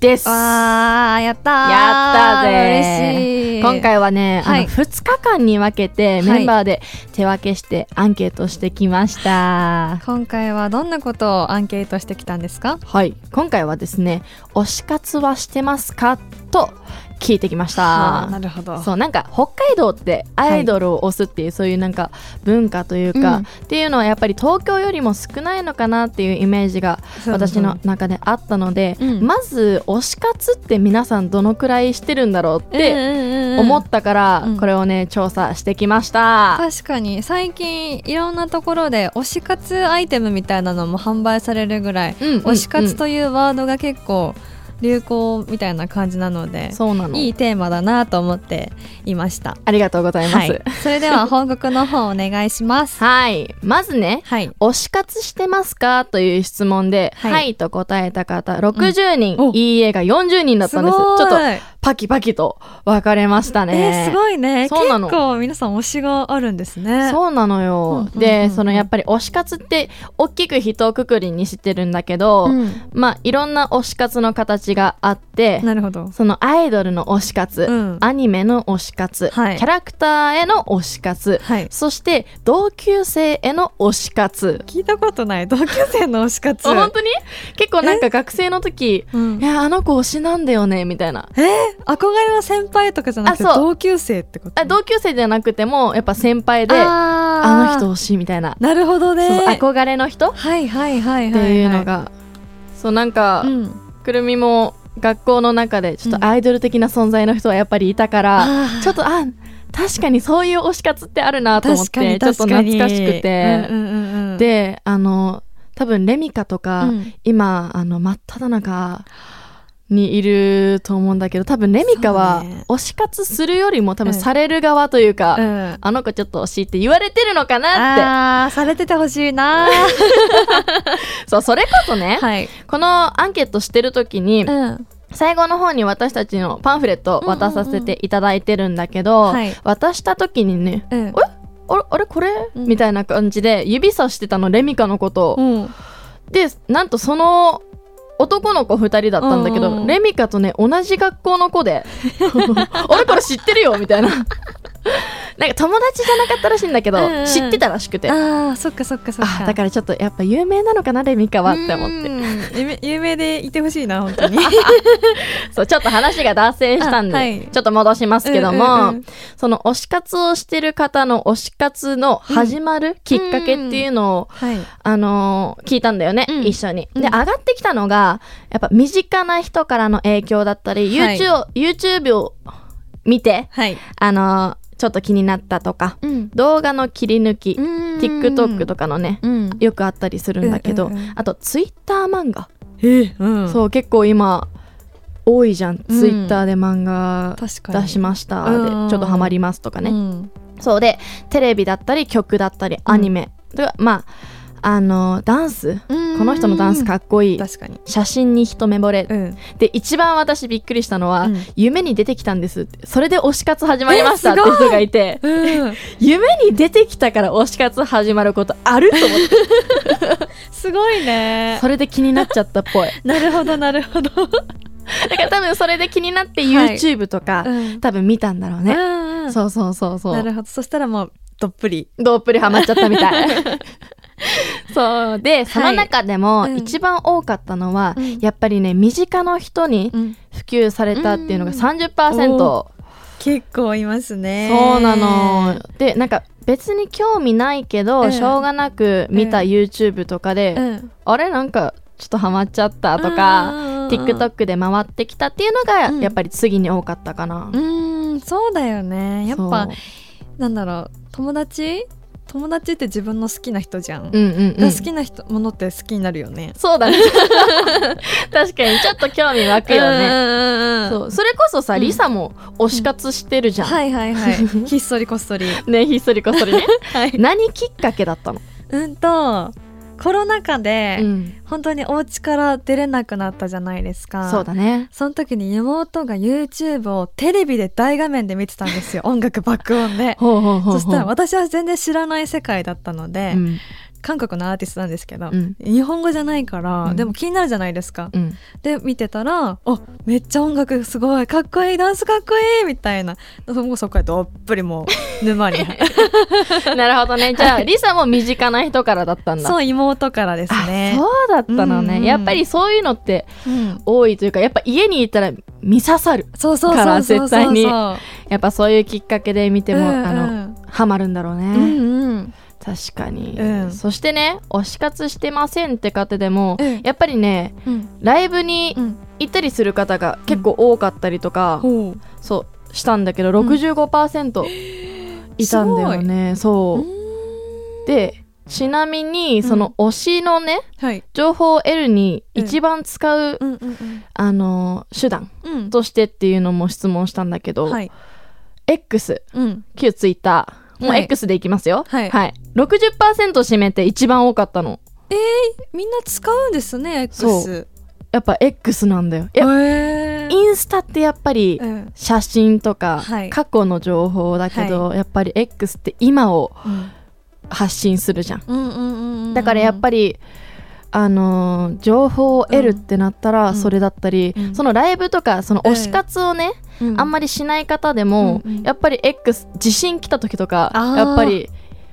Speaker 6: です。今
Speaker 5: わーやったー
Speaker 6: やったぜ
Speaker 5: 嬉しい
Speaker 6: 回はね、
Speaker 5: は
Speaker 6: あ
Speaker 5: い
Speaker 6: の2日間に分け
Speaker 5: は
Speaker 6: て
Speaker 5: い
Speaker 6: メンバーで手分けしてアンケートしてきました。
Speaker 5: 今回はどんなことをアンケートしてきたんですか
Speaker 6: はい、今回はですね、推し活はしてますかと聞いてきまし
Speaker 3: あ
Speaker 6: た
Speaker 3: ー。なるほど。
Speaker 6: そうなんか北海道ってアイドルを推すっていう、そういうなんか文化というか、
Speaker 5: うん
Speaker 6: っていうのはやっぱり東京よりも少ないのかなっていうイメージが私の中であったので、
Speaker 5: うん
Speaker 6: まず推し活って皆さんどのくらいしてるんだろうっ
Speaker 5: うん
Speaker 6: て
Speaker 5: うんうん
Speaker 6: 思ったから、
Speaker 5: うん
Speaker 6: これをね調査してきました。
Speaker 5: 確かに最近いろんなところで推し活アイテムみたいなのも販売されるぐらい、
Speaker 6: うん
Speaker 5: 推し活というワードが結構流行みたいな感じなので、
Speaker 6: そうなの
Speaker 5: いいテーマだなと思っていました。
Speaker 6: ありがとうございま
Speaker 5: は
Speaker 6: す
Speaker 5: い。、それでは報告の方お願いします。
Speaker 6: はい、まずね
Speaker 5: はい、
Speaker 6: 推し活してますかという質問で、
Speaker 5: は
Speaker 6: はいい、と答えた方60
Speaker 5: う
Speaker 6: 人、
Speaker 5: んお
Speaker 6: いいえが40人だったんです。ちょっと
Speaker 5: い
Speaker 6: パキパキと分かれました
Speaker 3: え
Speaker 6: ね。
Speaker 3: ー、すごいね。
Speaker 6: そうなの
Speaker 3: 結構皆さん推しがあるんですね。
Speaker 6: そうなの
Speaker 3: うんうん
Speaker 6: よ
Speaker 3: うんう。ん
Speaker 6: で、そのやっぱり推し活って大きく人をくくりにしてるんだけど、
Speaker 3: うん
Speaker 6: まあいろんな推し活の形があって、
Speaker 3: なるほど。
Speaker 6: そのアイドルの推し活、
Speaker 3: うん
Speaker 6: アニメの推し活、
Speaker 3: はい
Speaker 6: キャラクターへの推し活、
Speaker 3: はい。
Speaker 6: そして同級生への推し活。
Speaker 3: 聞いたことない同級生の推し活。
Speaker 6: 本当に結構なんか学生の時、
Speaker 3: うん
Speaker 6: いや、あの子推しなんだよね、みたいな。
Speaker 3: えー、憧れの先輩とかじゃなくて
Speaker 6: あそう
Speaker 3: 同級生ってこと
Speaker 6: あ同級生じゃなくても、やっぱ先輩で、あ
Speaker 3: あ
Speaker 6: の人
Speaker 3: 人
Speaker 6: 推し、みたいな。
Speaker 3: なるほど
Speaker 6: そ
Speaker 3: ね
Speaker 6: の憧れの人っ
Speaker 3: はいはいはいはい、
Speaker 6: て
Speaker 3: はい、
Speaker 6: いうのが、そうなんか、
Speaker 3: うん、
Speaker 6: くるみも学校の中でちょっとアイドル的な存在の人はやっぱりいたから、
Speaker 3: あー
Speaker 6: ちょっとあ確かにそういう推し活ってあるなと思っ
Speaker 3: 確か
Speaker 6: て
Speaker 3: に
Speaker 6: ちょっと
Speaker 3: 確かに
Speaker 6: 懐かしくて、
Speaker 3: うんうんうんうん、
Speaker 6: であの多分レミカとか、
Speaker 3: うん
Speaker 6: 今あの真っ只中にいると思うんだけど多分レミカは
Speaker 3: そうね
Speaker 6: 推し活するよりも多分
Speaker 3: うん
Speaker 6: される側というか、
Speaker 3: うん
Speaker 6: あの子ちょっと推しって言われてるのかな
Speaker 3: あ
Speaker 6: っ
Speaker 3: ーされててほしいな
Speaker 6: てそうそれこそね、
Speaker 3: はい、
Speaker 6: このアンケートしてる時に、
Speaker 3: うん、
Speaker 6: 最後の方に私たちのパンフレットを渡させていただいてるんだけど、
Speaker 3: うんうんうんはい
Speaker 6: 渡した時にね
Speaker 3: うん
Speaker 6: 「あれあれこれ
Speaker 3: うん
Speaker 6: みたいな感じで指さしてたのレミカのことを、
Speaker 3: うん、
Speaker 6: でなんとその男の子2人だったんだけど、
Speaker 3: うんうん
Speaker 6: レミカとね同じ学校の 子で「あれこれ知ってるよ」みたいな。 なんか友達じゃなかったらしいんだけど、
Speaker 3: うんうん
Speaker 6: 知ってたらしくてあ
Speaker 3: あーそっかそっかそっか
Speaker 6: だからちょっとやっぱ有名なのかなレミカはって思って
Speaker 3: て有名有名でいてほしいな本当 に
Speaker 6: そうちょっと話が脱線したんで、
Speaker 3: あはい
Speaker 6: ちょっと戻しますけども、
Speaker 3: うんうんうん
Speaker 6: その推し活をしてる方の推し活の始まるきっかけっていうのを、
Speaker 3: はい
Speaker 6: あのー聞いたんだよね、
Speaker 3: うん
Speaker 6: 一緒に。
Speaker 3: う
Speaker 6: で、
Speaker 3: ん
Speaker 6: 上がってきたのが、やっぱ身近な人からの影響だったり、
Speaker 3: はい
Speaker 6: YouTube を、YouTube を見て、
Speaker 3: はい
Speaker 6: あのーちょっと気になったとか、
Speaker 3: うん
Speaker 6: 動画の切り抜き、TikTok と
Speaker 3: か
Speaker 6: かのね、
Speaker 3: うん
Speaker 6: よくあったりするんだけど、
Speaker 3: うんうんうん
Speaker 6: あと Twitter 漫画。
Speaker 3: えうん
Speaker 6: そう結構今多いじゃん、ツイッターで漫画
Speaker 3: 確かに
Speaker 6: 出しました
Speaker 3: うん
Speaker 6: でちょっとハマりますとかね、
Speaker 3: うん
Speaker 6: そうでテレビだったり曲だったりアニメ、でまああのダンスこの人のダンスかっこいい
Speaker 3: 確かに
Speaker 6: 写真に一目惚れ、
Speaker 3: うん
Speaker 6: で一番私びっくりしたのは、
Speaker 3: うん
Speaker 6: 夢に出てきたんですってそれで推し活始まりましたって人がいて
Speaker 3: うん、
Speaker 6: 夢に出てきたから推し活始まることあると思って
Speaker 3: すごいね
Speaker 6: それで気になっちゃったっぽい
Speaker 3: なるほどなるほど、
Speaker 6: だから多分それで気になって
Speaker 3: はい
Speaker 6: YouTube とか、
Speaker 3: うん
Speaker 6: 多分見たんだろうね、
Speaker 3: うんうん
Speaker 6: そうそうそうそ
Speaker 3: な
Speaker 6: う。
Speaker 3: るほどそしたらもうどっぷり
Speaker 6: どっぷりハマっちゃったみた い。そうでその中でも
Speaker 3: うん
Speaker 6: 一番多かったのは、
Speaker 3: うん
Speaker 6: やっぱりね身近な人に
Speaker 3: うん
Speaker 6: 普及されたっていうのが
Speaker 3: うん
Speaker 6: 30%、
Speaker 3: お結構いますね
Speaker 6: そうなのでなんか別に興味ないけど、
Speaker 3: うん
Speaker 6: しょうがなく見た
Speaker 3: うん
Speaker 6: YouTube とかで、
Speaker 3: うん
Speaker 6: あれなんかちょっとハマっちゃったとか、TikTok で回ってきたっていうのが、
Speaker 3: うん
Speaker 6: やっぱり次に多かったかな
Speaker 3: う。んそうだよねやっぱ
Speaker 6: そう
Speaker 3: なんだろう友達友達って自分の好きな人じゃん、
Speaker 6: うんうんうん、
Speaker 3: が好きな人ものって好きになるよね
Speaker 6: そ うだね。確かにちょっと興味湧くよね。
Speaker 3: ね
Speaker 6: そうそれこそさ、
Speaker 3: うん
Speaker 6: リサも推し活してるじゃん。
Speaker 3: はいはいはいひっそりこっそ り
Speaker 6: ねひっそりこっそりね。
Speaker 3: はい
Speaker 6: 何きっかけだったの、
Speaker 3: うんとコロナ禍で、
Speaker 6: ん、
Speaker 3: 本当にお家から出れなくなったじゃないですか
Speaker 6: そうだね。
Speaker 3: その時に妹が YouTube をテレビで大画面で見てたんで すよ音楽爆音で
Speaker 6: ほうほうほうほ
Speaker 3: そ
Speaker 6: う
Speaker 3: したら私は全然知らない世界だったので、
Speaker 6: うん
Speaker 3: 韓国のアーティストなんですけど、
Speaker 6: うん
Speaker 3: 日本語じゃないから、
Speaker 6: うん
Speaker 3: でも気になるじゃないですか、
Speaker 6: うん
Speaker 3: で見てたら「あめっちゃ音楽すごいかっこいいダンスかっこいい」みたいなもうそこからどっぷりもう沼 に
Speaker 6: なるほどね。じゃあ、リサも身近な人からだったん だ。
Speaker 3: そう妹からですね
Speaker 6: あそうだったのね、
Speaker 3: うんうん
Speaker 6: やっぱりそういうのって
Speaker 3: うん
Speaker 6: 多いというかやっぱ家にいたら見刺さる
Speaker 3: そうそうそうそうそう
Speaker 6: から絶対に
Speaker 3: うん
Speaker 6: やっぱそういうきっかけで見ても、
Speaker 3: うん
Speaker 6: あのハマるんだろうね、
Speaker 3: うんうん
Speaker 6: 確かに、
Speaker 3: うん
Speaker 6: そしてね推し活してませんって方でも、
Speaker 3: うん
Speaker 6: やっぱりね
Speaker 3: うん
Speaker 6: ライブに
Speaker 3: うん
Speaker 6: 行ったりする方が結構多かったりとか、
Speaker 3: ほう
Speaker 6: そうしたんだけど65%いたんだよね、そうでちなみにその推しのね
Speaker 3: はい
Speaker 6: 情報を得るに
Speaker 3: うん
Speaker 6: 一番使う、
Speaker 3: うんうん
Speaker 6: あの手段
Speaker 3: うんうん
Speaker 6: としてっていうのも質問したんだけど、
Speaker 3: はい
Speaker 6: X
Speaker 3: うん
Speaker 6: 旧 Twitter もう
Speaker 3: はい
Speaker 6: X でいきますよ
Speaker 3: はい
Speaker 6: 60%占めて一番多かったの
Speaker 3: みんな使うんですね X
Speaker 6: そうやっぱ X なんだよいや
Speaker 3: へー
Speaker 6: インスタってやっぱり
Speaker 3: うん
Speaker 6: 写真とか
Speaker 3: はい
Speaker 6: 過去の情報だけど、やっぱり X って今を発信するじゃん。
Speaker 3: うんうんうんうん
Speaker 6: だからやっぱり、あのー情報を得るってなった
Speaker 3: う
Speaker 6: ら
Speaker 3: ん
Speaker 6: それだったり、
Speaker 3: うん
Speaker 6: そのライブとかその
Speaker 3: うん
Speaker 6: 推し活をね、
Speaker 3: り、
Speaker 6: あんま
Speaker 3: り
Speaker 6: りしない方でも、
Speaker 3: うんうん
Speaker 6: やっぱり X 地震来た時とか
Speaker 3: あー
Speaker 6: やっぱり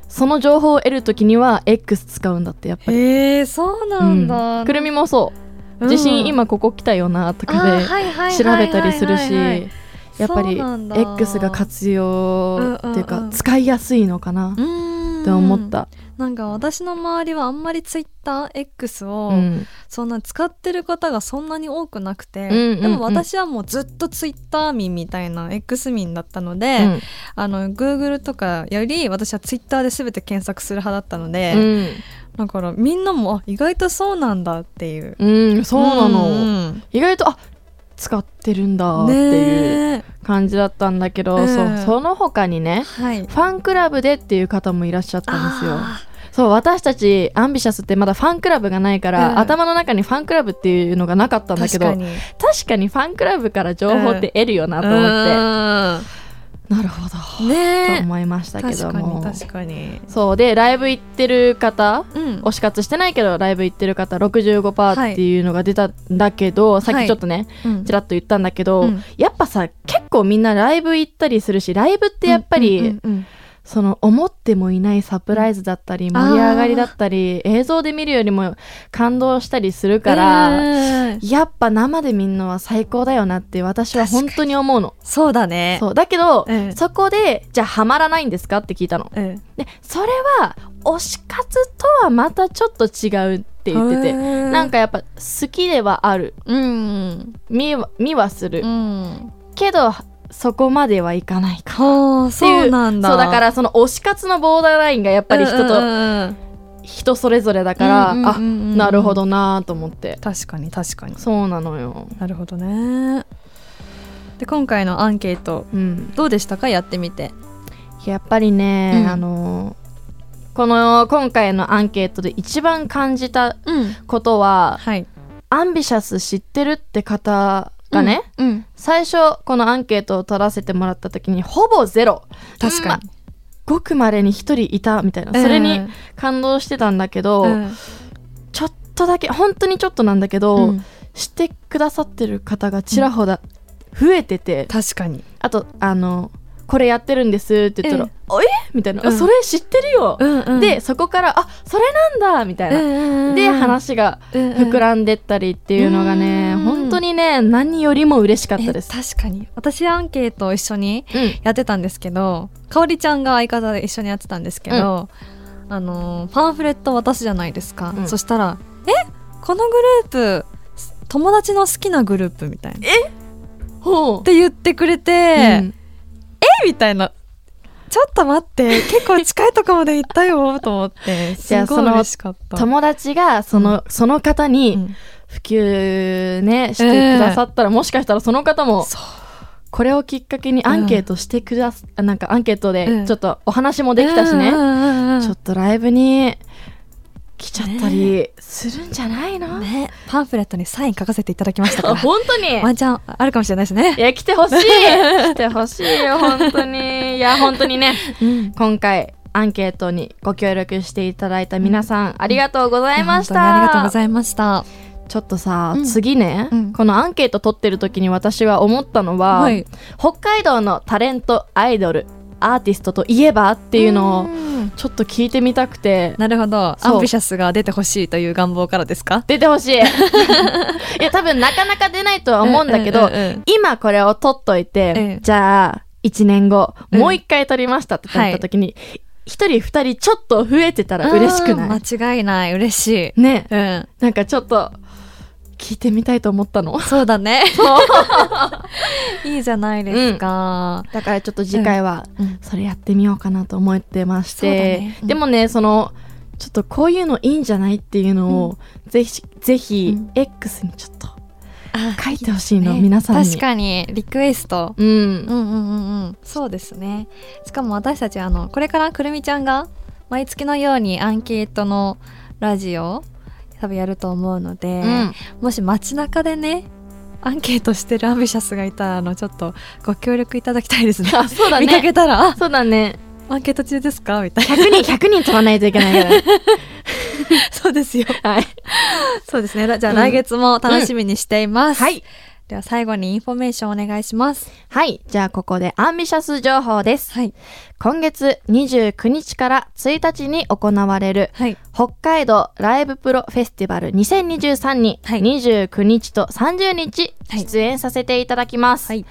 Speaker 6: その情報を得る時には X 使うんだってやっぱり、
Speaker 3: へえそうなんだ、
Speaker 6: うんくるみもそううん地震今ここ来たよなとか
Speaker 3: あ
Speaker 6: で
Speaker 3: ーはいはいはいはいはい
Speaker 6: 調べたりするしやっぱ
Speaker 3: そ
Speaker 6: り
Speaker 3: うなんだ
Speaker 6: X が活用ってい
Speaker 3: う
Speaker 6: う
Speaker 3: んうんう
Speaker 6: か
Speaker 3: ん
Speaker 6: 使いやすいのかな
Speaker 3: うーん
Speaker 6: って思った、
Speaker 3: なんか私の周りはあんまりツイッター X を、
Speaker 6: うん
Speaker 3: そんな使ってる方がそんなに多くなくて、
Speaker 6: うんうんうん
Speaker 3: でも私はもうずっとツイッター民みたいな X 民だったので、
Speaker 6: うん
Speaker 3: あの Google とかより私はツイッターで全て検索する派だったので、だからみんなもあ意外とそうなんだっていう。
Speaker 6: うんうんそうなの、
Speaker 3: ん
Speaker 6: 意外とあ使ってるんだっていう
Speaker 3: ねえ
Speaker 6: 感じだったんだけど、
Speaker 3: うん
Speaker 6: そうその他にね
Speaker 3: はい。
Speaker 6: ファンクラブでっていう方もいらっしゃったんですよ
Speaker 3: あ
Speaker 6: そう私たちアンビシャスってまだファンクラブがないから、
Speaker 3: うん
Speaker 6: 頭の中にファンクラブっていうのがなかった
Speaker 3: ー
Speaker 6: んだけど
Speaker 3: 確か
Speaker 6: 確
Speaker 3: に
Speaker 6: かにファンクラブから情報って得るよなと思って、なるほど、
Speaker 3: うん
Speaker 6: と
Speaker 3: ね
Speaker 6: 思いまし
Speaker 3: え
Speaker 6: たけ
Speaker 3: 確
Speaker 6: ど
Speaker 3: かに
Speaker 6: も
Speaker 3: 確かに。
Speaker 6: そうでライブ行ってる方
Speaker 3: うん
Speaker 6: 推し活してないけどライブ行ってる方65%っていうのが出たんだけど、さっきちょっとね、
Speaker 3: うん
Speaker 6: ちらっと言ったんだけど、
Speaker 3: うん
Speaker 6: やっぱさ結構みんなライブ行ったりするしライブってやっぱり、
Speaker 3: うんうんうん
Speaker 6: その思ってもいないサプライズだったり
Speaker 3: んあー
Speaker 6: 盛り上がりだったり映像で見るよりも感動したりするから、
Speaker 3: うん
Speaker 6: やっぱ生で見るのは最高だよなって私は本当に思うの。
Speaker 3: そうだね。
Speaker 6: そうだけど、
Speaker 3: うん
Speaker 6: そこでじゃあハマらないんですかって聞いたの。
Speaker 3: うん
Speaker 6: でそれは推し活とはまたちょっと違うって言ってて、なんかやっぱ好きではある
Speaker 3: うん
Speaker 6: 見は見はする、
Speaker 3: うん
Speaker 6: けどそこまではいかないか
Speaker 3: はあ
Speaker 6: っていう
Speaker 3: そうなんだ
Speaker 6: そうだからその推し活のボーダーラインがやっぱり人
Speaker 3: うん
Speaker 6: と
Speaker 3: うんうん
Speaker 6: 人それぞれだから、
Speaker 3: うんうんうんうん
Speaker 6: あなるほどなーと思って
Speaker 3: 確かに確かに
Speaker 6: そうなのよ
Speaker 3: なるほどねで今回のアンケート
Speaker 6: うん
Speaker 3: どうでしたかやってみて
Speaker 6: やっぱりね、
Speaker 3: うん
Speaker 6: あのーこの今回のアンケートで一番感じた
Speaker 3: うん
Speaker 6: ことは
Speaker 3: はい
Speaker 6: アンビシャス知ってるって方がね、
Speaker 3: うん
Speaker 6: 最初このアンケートを取らせてもらった時にほぼゼロ
Speaker 3: 確かに
Speaker 6: ごくまれに一人いたみたいなそれに感動してたんだけど、
Speaker 3: うん
Speaker 6: ちょっとだけ本当にちょっとなんだけど、
Speaker 3: うん
Speaker 6: してくださってる方がちらほら増えてて、
Speaker 3: 確かに
Speaker 6: あとあの「これやってるんです」って言ったら
Speaker 3: え
Speaker 6: 「あえみたいな、あ
Speaker 3: うん
Speaker 6: それ知ってるよ」
Speaker 3: うんうん
Speaker 6: でそこから「あそれなんだ」みたいな、で話が膨
Speaker 3: っ
Speaker 6: らんでったりっていうのがね、
Speaker 3: うん
Speaker 6: 本当にね何よりも嬉しかったです。
Speaker 3: 確かに私アンケートを一緒に
Speaker 6: うん
Speaker 3: やってたんですけどかおりちゃんが相方で一緒にやってたんですけど、あのーパンフレット渡すじゃないですか、
Speaker 6: うん
Speaker 3: そしたら「えこのグループす友達の好きなグループ」みたいなっ
Speaker 6: ほう
Speaker 3: て言ってくれて「
Speaker 6: うん
Speaker 3: えみたいな「ちょっと待って結構近いとこまで行ったよ」と思ってす
Speaker 6: じゃあ
Speaker 3: ごい
Speaker 6: その
Speaker 3: 嬉しかった。
Speaker 6: 友達がその,、その方
Speaker 3: う
Speaker 6: に
Speaker 3: ん
Speaker 6: 普及ねしてくださったら、もしかしたらその方も
Speaker 3: そう
Speaker 6: これをきっかけにアンケートしてくだす、あなんかアンケート
Speaker 3: う
Speaker 6: で
Speaker 3: ん
Speaker 6: ちょっとお話もできたしね、
Speaker 3: うんうんうんうん
Speaker 6: ちょっとライブに来ちゃったりするんじゃないの、
Speaker 3: ね、パンフレットにサイン書かせていただきましたか
Speaker 6: あ
Speaker 3: ら
Speaker 6: 本当に
Speaker 3: ワンチャンあるかもしれないですね
Speaker 6: い。や来てほしい 来てほしいよ本当にいや本当にね
Speaker 3: うん
Speaker 6: 今回アンケートにご協力していただいた皆さんありがとうございました、
Speaker 3: いや本当にありがとうございました。
Speaker 6: ちょっとさ、
Speaker 3: うん
Speaker 6: 次ね、
Speaker 3: うん
Speaker 6: このアンケート取ってる時に私は思ったのは、
Speaker 3: はい
Speaker 6: 北海道のタレントアイドルアーティストといえばっていうのを
Speaker 3: うん
Speaker 6: ちょっと聞いてみたくて
Speaker 3: なるほど。
Speaker 6: そう
Speaker 3: アンビシャスが出てほしいという願望からですか
Speaker 6: 出てほ しいいや多分なかなか出ないとは思うんだけど、
Speaker 3: うんうんうん
Speaker 6: 今これを取っといて、
Speaker 3: ええ
Speaker 6: じゃあ1年後、
Speaker 3: うん
Speaker 6: もう1回取りましたってなった時に、一1人2人ちょっと増えてたら嬉しくない
Speaker 3: うん間違いない。嬉しい。
Speaker 6: ね
Speaker 3: うん。
Speaker 6: なんかちょっと聞いてみたいと思ったの
Speaker 3: そうだね。 いいじゃないですか。
Speaker 6: だからちょっと次回は
Speaker 3: うん
Speaker 6: それやってみようかなと思ってまして、
Speaker 3: そうだねうん
Speaker 6: でもねそのちょっとこういうのいいんじゃないっていうのを、ぜひぜひ
Speaker 3: うん
Speaker 6: X にちょっと
Speaker 3: あ
Speaker 6: 書いてほしいの、
Speaker 3: ね
Speaker 6: 皆さんに
Speaker 3: 確かに、リクエスト。
Speaker 6: うん
Speaker 3: うんうんうんうん。そうですね。しかも私たち、あの、これからくるみちゃんが、毎月のようにアンケートのラジオ、多分やると思うので、
Speaker 6: うん
Speaker 3: もし街中でねアンケートしてるアンビシャスがいたらあのちょっとご協力いただきたいですね
Speaker 6: あそうだ
Speaker 3: 見か
Speaker 6: ね
Speaker 3: けたらあ
Speaker 6: そうだ ね
Speaker 3: アンケート中ですかみたい な
Speaker 6: 100人100人取らないといけな いから
Speaker 3: そうです よ
Speaker 6: はい
Speaker 3: そうですねらじゃあ
Speaker 6: うん
Speaker 3: 来月も楽しみにしています、
Speaker 6: はい
Speaker 3: では最後にインフォメーションお願いします
Speaker 6: はい。じゃあ、ここでアンビシャス情報です。
Speaker 3: はい
Speaker 6: 今月29日から1日に行われる、
Speaker 3: はい
Speaker 6: 北海道ライブプロフェスティバル2023に、
Speaker 3: はい
Speaker 6: 29日と30日
Speaker 3: はい
Speaker 6: 出演させていただきます。
Speaker 3: はい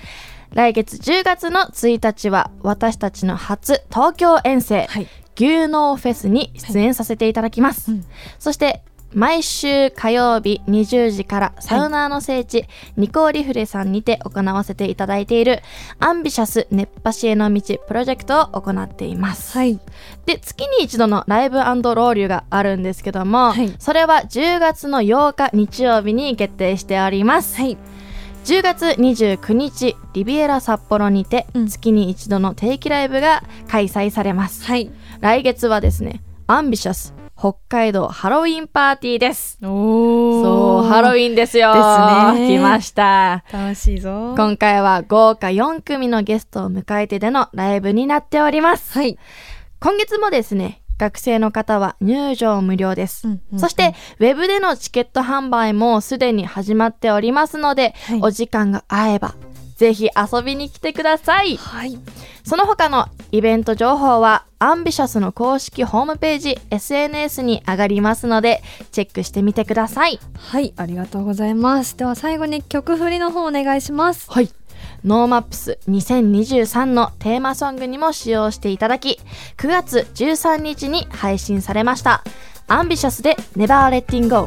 Speaker 6: 来月10月の1日は、私たちの初東京遠征、
Speaker 3: はい
Speaker 6: 牛脳フェスに出演させていただきます、
Speaker 3: はいうん
Speaker 6: そして毎週火曜日20時からサウナーの聖地、ニコーリフレさんにて行わせていただいているアンビシャス熱波師への道プロジェクトを行っています、
Speaker 3: はい
Speaker 6: で月に一度のライブローリュがあるんですけども、
Speaker 3: はい
Speaker 6: それは10月の8日日曜日に決定しております、
Speaker 3: はい
Speaker 6: 10月29日リビエラ札幌にて
Speaker 3: うん
Speaker 6: 月に一度の定期ライブが開催されます、
Speaker 3: はい
Speaker 6: 来月はですねアンビシャス北海道ハロウィンパーティーです
Speaker 3: お
Speaker 6: そうハロウ
Speaker 3: ィ
Speaker 6: ィンですよ
Speaker 3: ですね
Speaker 6: 来ました
Speaker 3: ン楽しいぞ
Speaker 6: 今回は豪華4組のゲストを迎えてでのライブになっております
Speaker 3: はい、
Speaker 6: 今月もですね学生の方は入場無料です、
Speaker 3: うんうん
Speaker 6: そして、ウェブでのチケット販売もすでに始まっておりますので、
Speaker 3: はい
Speaker 6: お時間が合えば、ぜひ遊びに来てください。
Speaker 3: はい
Speaker 6: その他のイベント情報は、アンビシャスの公式ホームページ、SNS に上がりますので、チェックしてみてください。
Speaker 3: はい、ありがとうございます。では最後に曲振りの方お願いします。
Speaker 6: はい。ノーマップス2023のテーマソングにも使用していただき、9月13日に配信されました。アンビシャスで Never Letting Go。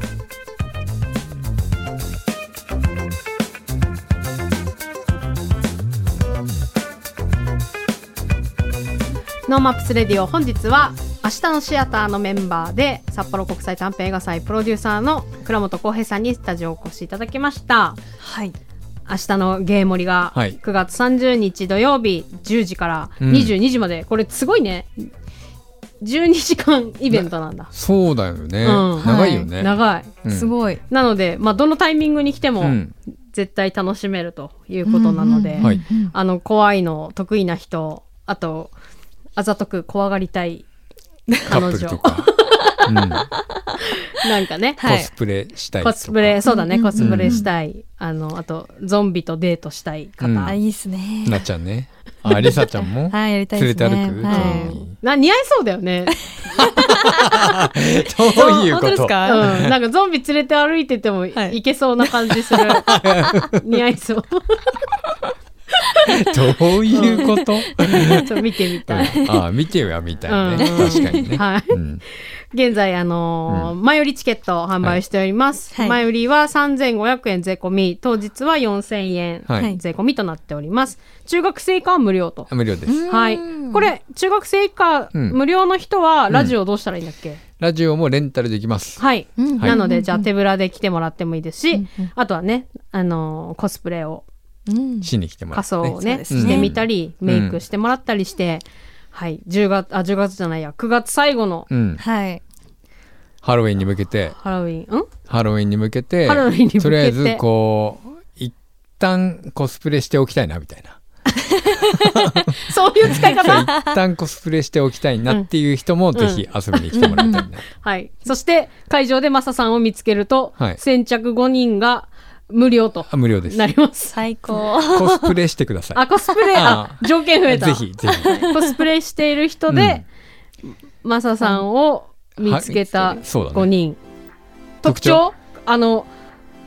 Speaker 1: ノーマップスレディオ本日は明日のシアターのメンバーで札幌国際短編映画祭プロデューサーの倉本浩平さんにスタジオをお越しいただきました
Speaker 3: はい、
Speaker 1: 明日のゲー盛りが
Speaker 2: はい
Speaker 1: 9月30日土曜日10時から
Speaker 2: うん
Speaker 1: 22時まで、これすごいね12時間イベントなんだ、
Speaker 2: そうだよね、
Speaker 1: うん
Speaker 2: 長いよね、
Speaker 1: 長い
Speaker 2: うん
Speaker 3: すごい。
Speaker 1: なので、まあ、どのタイミングに来て
Speaker 2: う
Speaker 1: も
Speaker 2: ん
Speaker 1: 絶対楽しめるということなので、
Speaker 3: うん
Speaker 2: はい
Speaker 1: あの怖いの得意な人あとあざとく怖がりたい
Speaker 2: カ
Speaker 1: 彼
Speaker 2: ップル
Speaker 1: 女
Speaker 2: とか、うん
Speaker 1: なんかね、
Speaker 3: はい
Speaker 2: コスプレしたいと
Speaker 1: コ
Speaker 2: か
Speaker 1: スプレそうだね、
Speaker 3: うん
Speaker 1: コスプレしたい、あのあとゾンビとデートしたい方、
Speaker 2: うん
Speaker 3: あ、いいですね。
Speaker 2: なっちゃんねありさちゃんも
Speaker 3: はい、やりたい
Speaker 2: 連
Speaker 3: で
Speaker 2: れ
Speaker 3: す
Speaker 2: て
Speaker 3: ね。
Speaker 2: 歩く、
Speaker 3: は
Speaker 2: ゾンビ
Speaker 1: な似合いそうだよ ね、
Speaker 2: どう
Speaker 3: い。
Speaker 2: いう
Speaker 3: 本
Speaker 2: こ
Speaker 3: 当です
Speaker 2: と
Speaker 1: うん、
Speaker 3: か。
Speaker 1: なんかゾンビ連れて歩いててもい,、
Speaker 3: はい
Speaker 1: けそうな感じ する似合いそう
Speaker 2: どういうこと、
Speaker 1: ちょっと見てみたい、
Speaker 2: ああ見てはみたいね、
Speaker 1: うん
Speaker 2: 確かにね、
Speaker 1: はい
Speaker 2: うん、
Speaker 1: 現在、あのー前売りチケットを販売しております。
Speaker 3: はい
Speaker 1: 前売りは3500円税込み、当日は4000円
Speaker 2: はい
Speaker 1: 税込みとなっております。中学生以下は無料と。
Speaker 2: 無料です、
Speaker 1: はい。これ、中学生以下
Speaker 2: うん
Speaker 1: 無料の人は、ラジオどうしたらいいんだっけ、
Speaker 2: ラジオもレンタルできます、
Speaker 1: はい。
Speaker 3: うん
Speaker 1: なので、じゃあ手ぶらで来てもらってもいいですし、あとはね、あのーコスプレを、
Speaker 3: うん
Speaker 2: しに来てもら
Speaker 1: 仮
Speaker 2: って、
Speaker 1: 装をね
Speaker 3: そうですね
Speaker 1: してみたり、
Speaker 2: うん
Speaker 1: メイクしてもらったりして、はい。10月、あ、10月じゃないや、9月最後の
Speaker 2: うん、
Speaker 3: はい。
Speaker 2: ハロウィンに向けて
Speaker 1: ハロウィン、ん
Speaker 2: ハロウィンに向けて
Speaker 1: ハロウィンに向けて
Speaker 2: とりあえずこう一旦コスプレしておきたいなみたいな
Speaker 1: そういう使い方
Speaker 2: 一旦コスプレしておきたいなっていう人もぜひ遊びに来てもらいたいね、
Speaker 1: はい。そして、会場でマサさんを見つけると、
Speaker 2: はい
Speaker 1: 先着5人が無料と
Speaker 2: あ無料です
Speaker 1: なります。
Speaker 3: 最高。
Speaker 2: コスプレしてくださ
Speaker 1: あ、コスプレ、あ、条件増え
Speaker 2: い
Speaker 1: た。
Speaker 2: ぜひぜひ
Speaker 1: コスプレしている人で、マサさんを見つけた
Speaker 2: はいそうだね
Speaker 1: 5人。特
Speaker 2: 特
Speaker 1: 徴
Speaker 2: 徴
Speaker 1: あの、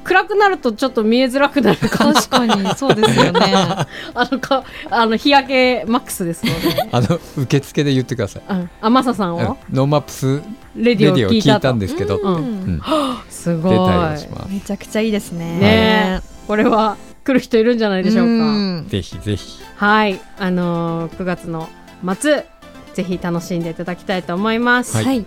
Speaker 1: 暗くなるとちょっと見えづらくなるから、
Speaker 3: 確かに、そうですよね。
Speaker 1: あの、かあの日焼けマックスですので。
Speaker 2: あの受付で言ってください
Speaker 1: うんあ、マサさん
Speaker 2: あ
Speaker 1: を
Speaker 2: のノーマップス
Speaker 1: レデ
Speaker 2: レ
Speaker 1: ィ
Speaker 2: ディ
Speaker 1: オ
Speaker 2: を
Speaker 1: を聞
Speaker 2: 聞
Speaker 1: い
Speaker 2: い
Speaker 1: た
Speaker 2: た
Speaker 1: と
Speaker 2: ん。ですけど、
Speaker 1: う
Speaker 3: うんん
Speaker 1: すご
Speaker 2: 出
Speaker 1: い。
Speaker 2: たりします
Speaker 3: めちゃくちゃいいですね。
Speaker 1: ねえ、これは来る人いるんじゃないでしょうか。
Speaker 3: ん
Speaker 2: ぜひぜひ
Speaker 1: はい、あのー、9月の末、ぜひ楽しんでいただきたいと思います。
Speaker 2: はい
Speaker 3: はい。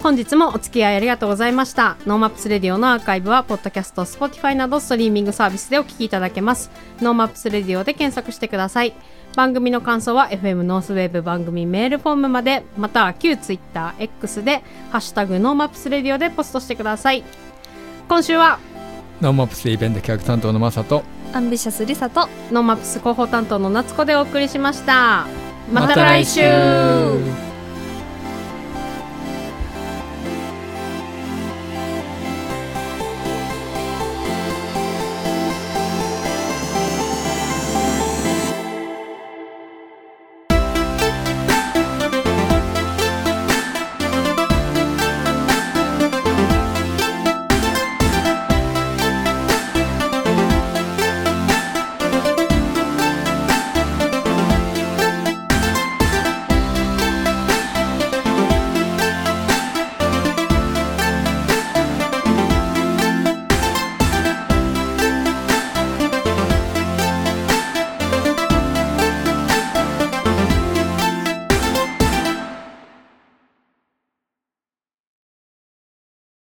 Speaker 1: 本日もお付き合いありがとうございました。ノーマップスレディオのアーカイブは、ポッドキャスト、Spotify などストリーミングサービスでお聞きいただけます。ノーマップスレディオで検索してください。番組の感想は FM ノースウェーブ番組メールフォームまで、または旧 TwitterX で、ハッシュタグノーマップスレディオでポストしてください。今週は、
Speaker 2: ノーマップスイベント企画担当のマサと
Speaker 5: アンビシャスリサと
Speaker 1: ノーマップス広報担当の夏子でお送りしました。また来週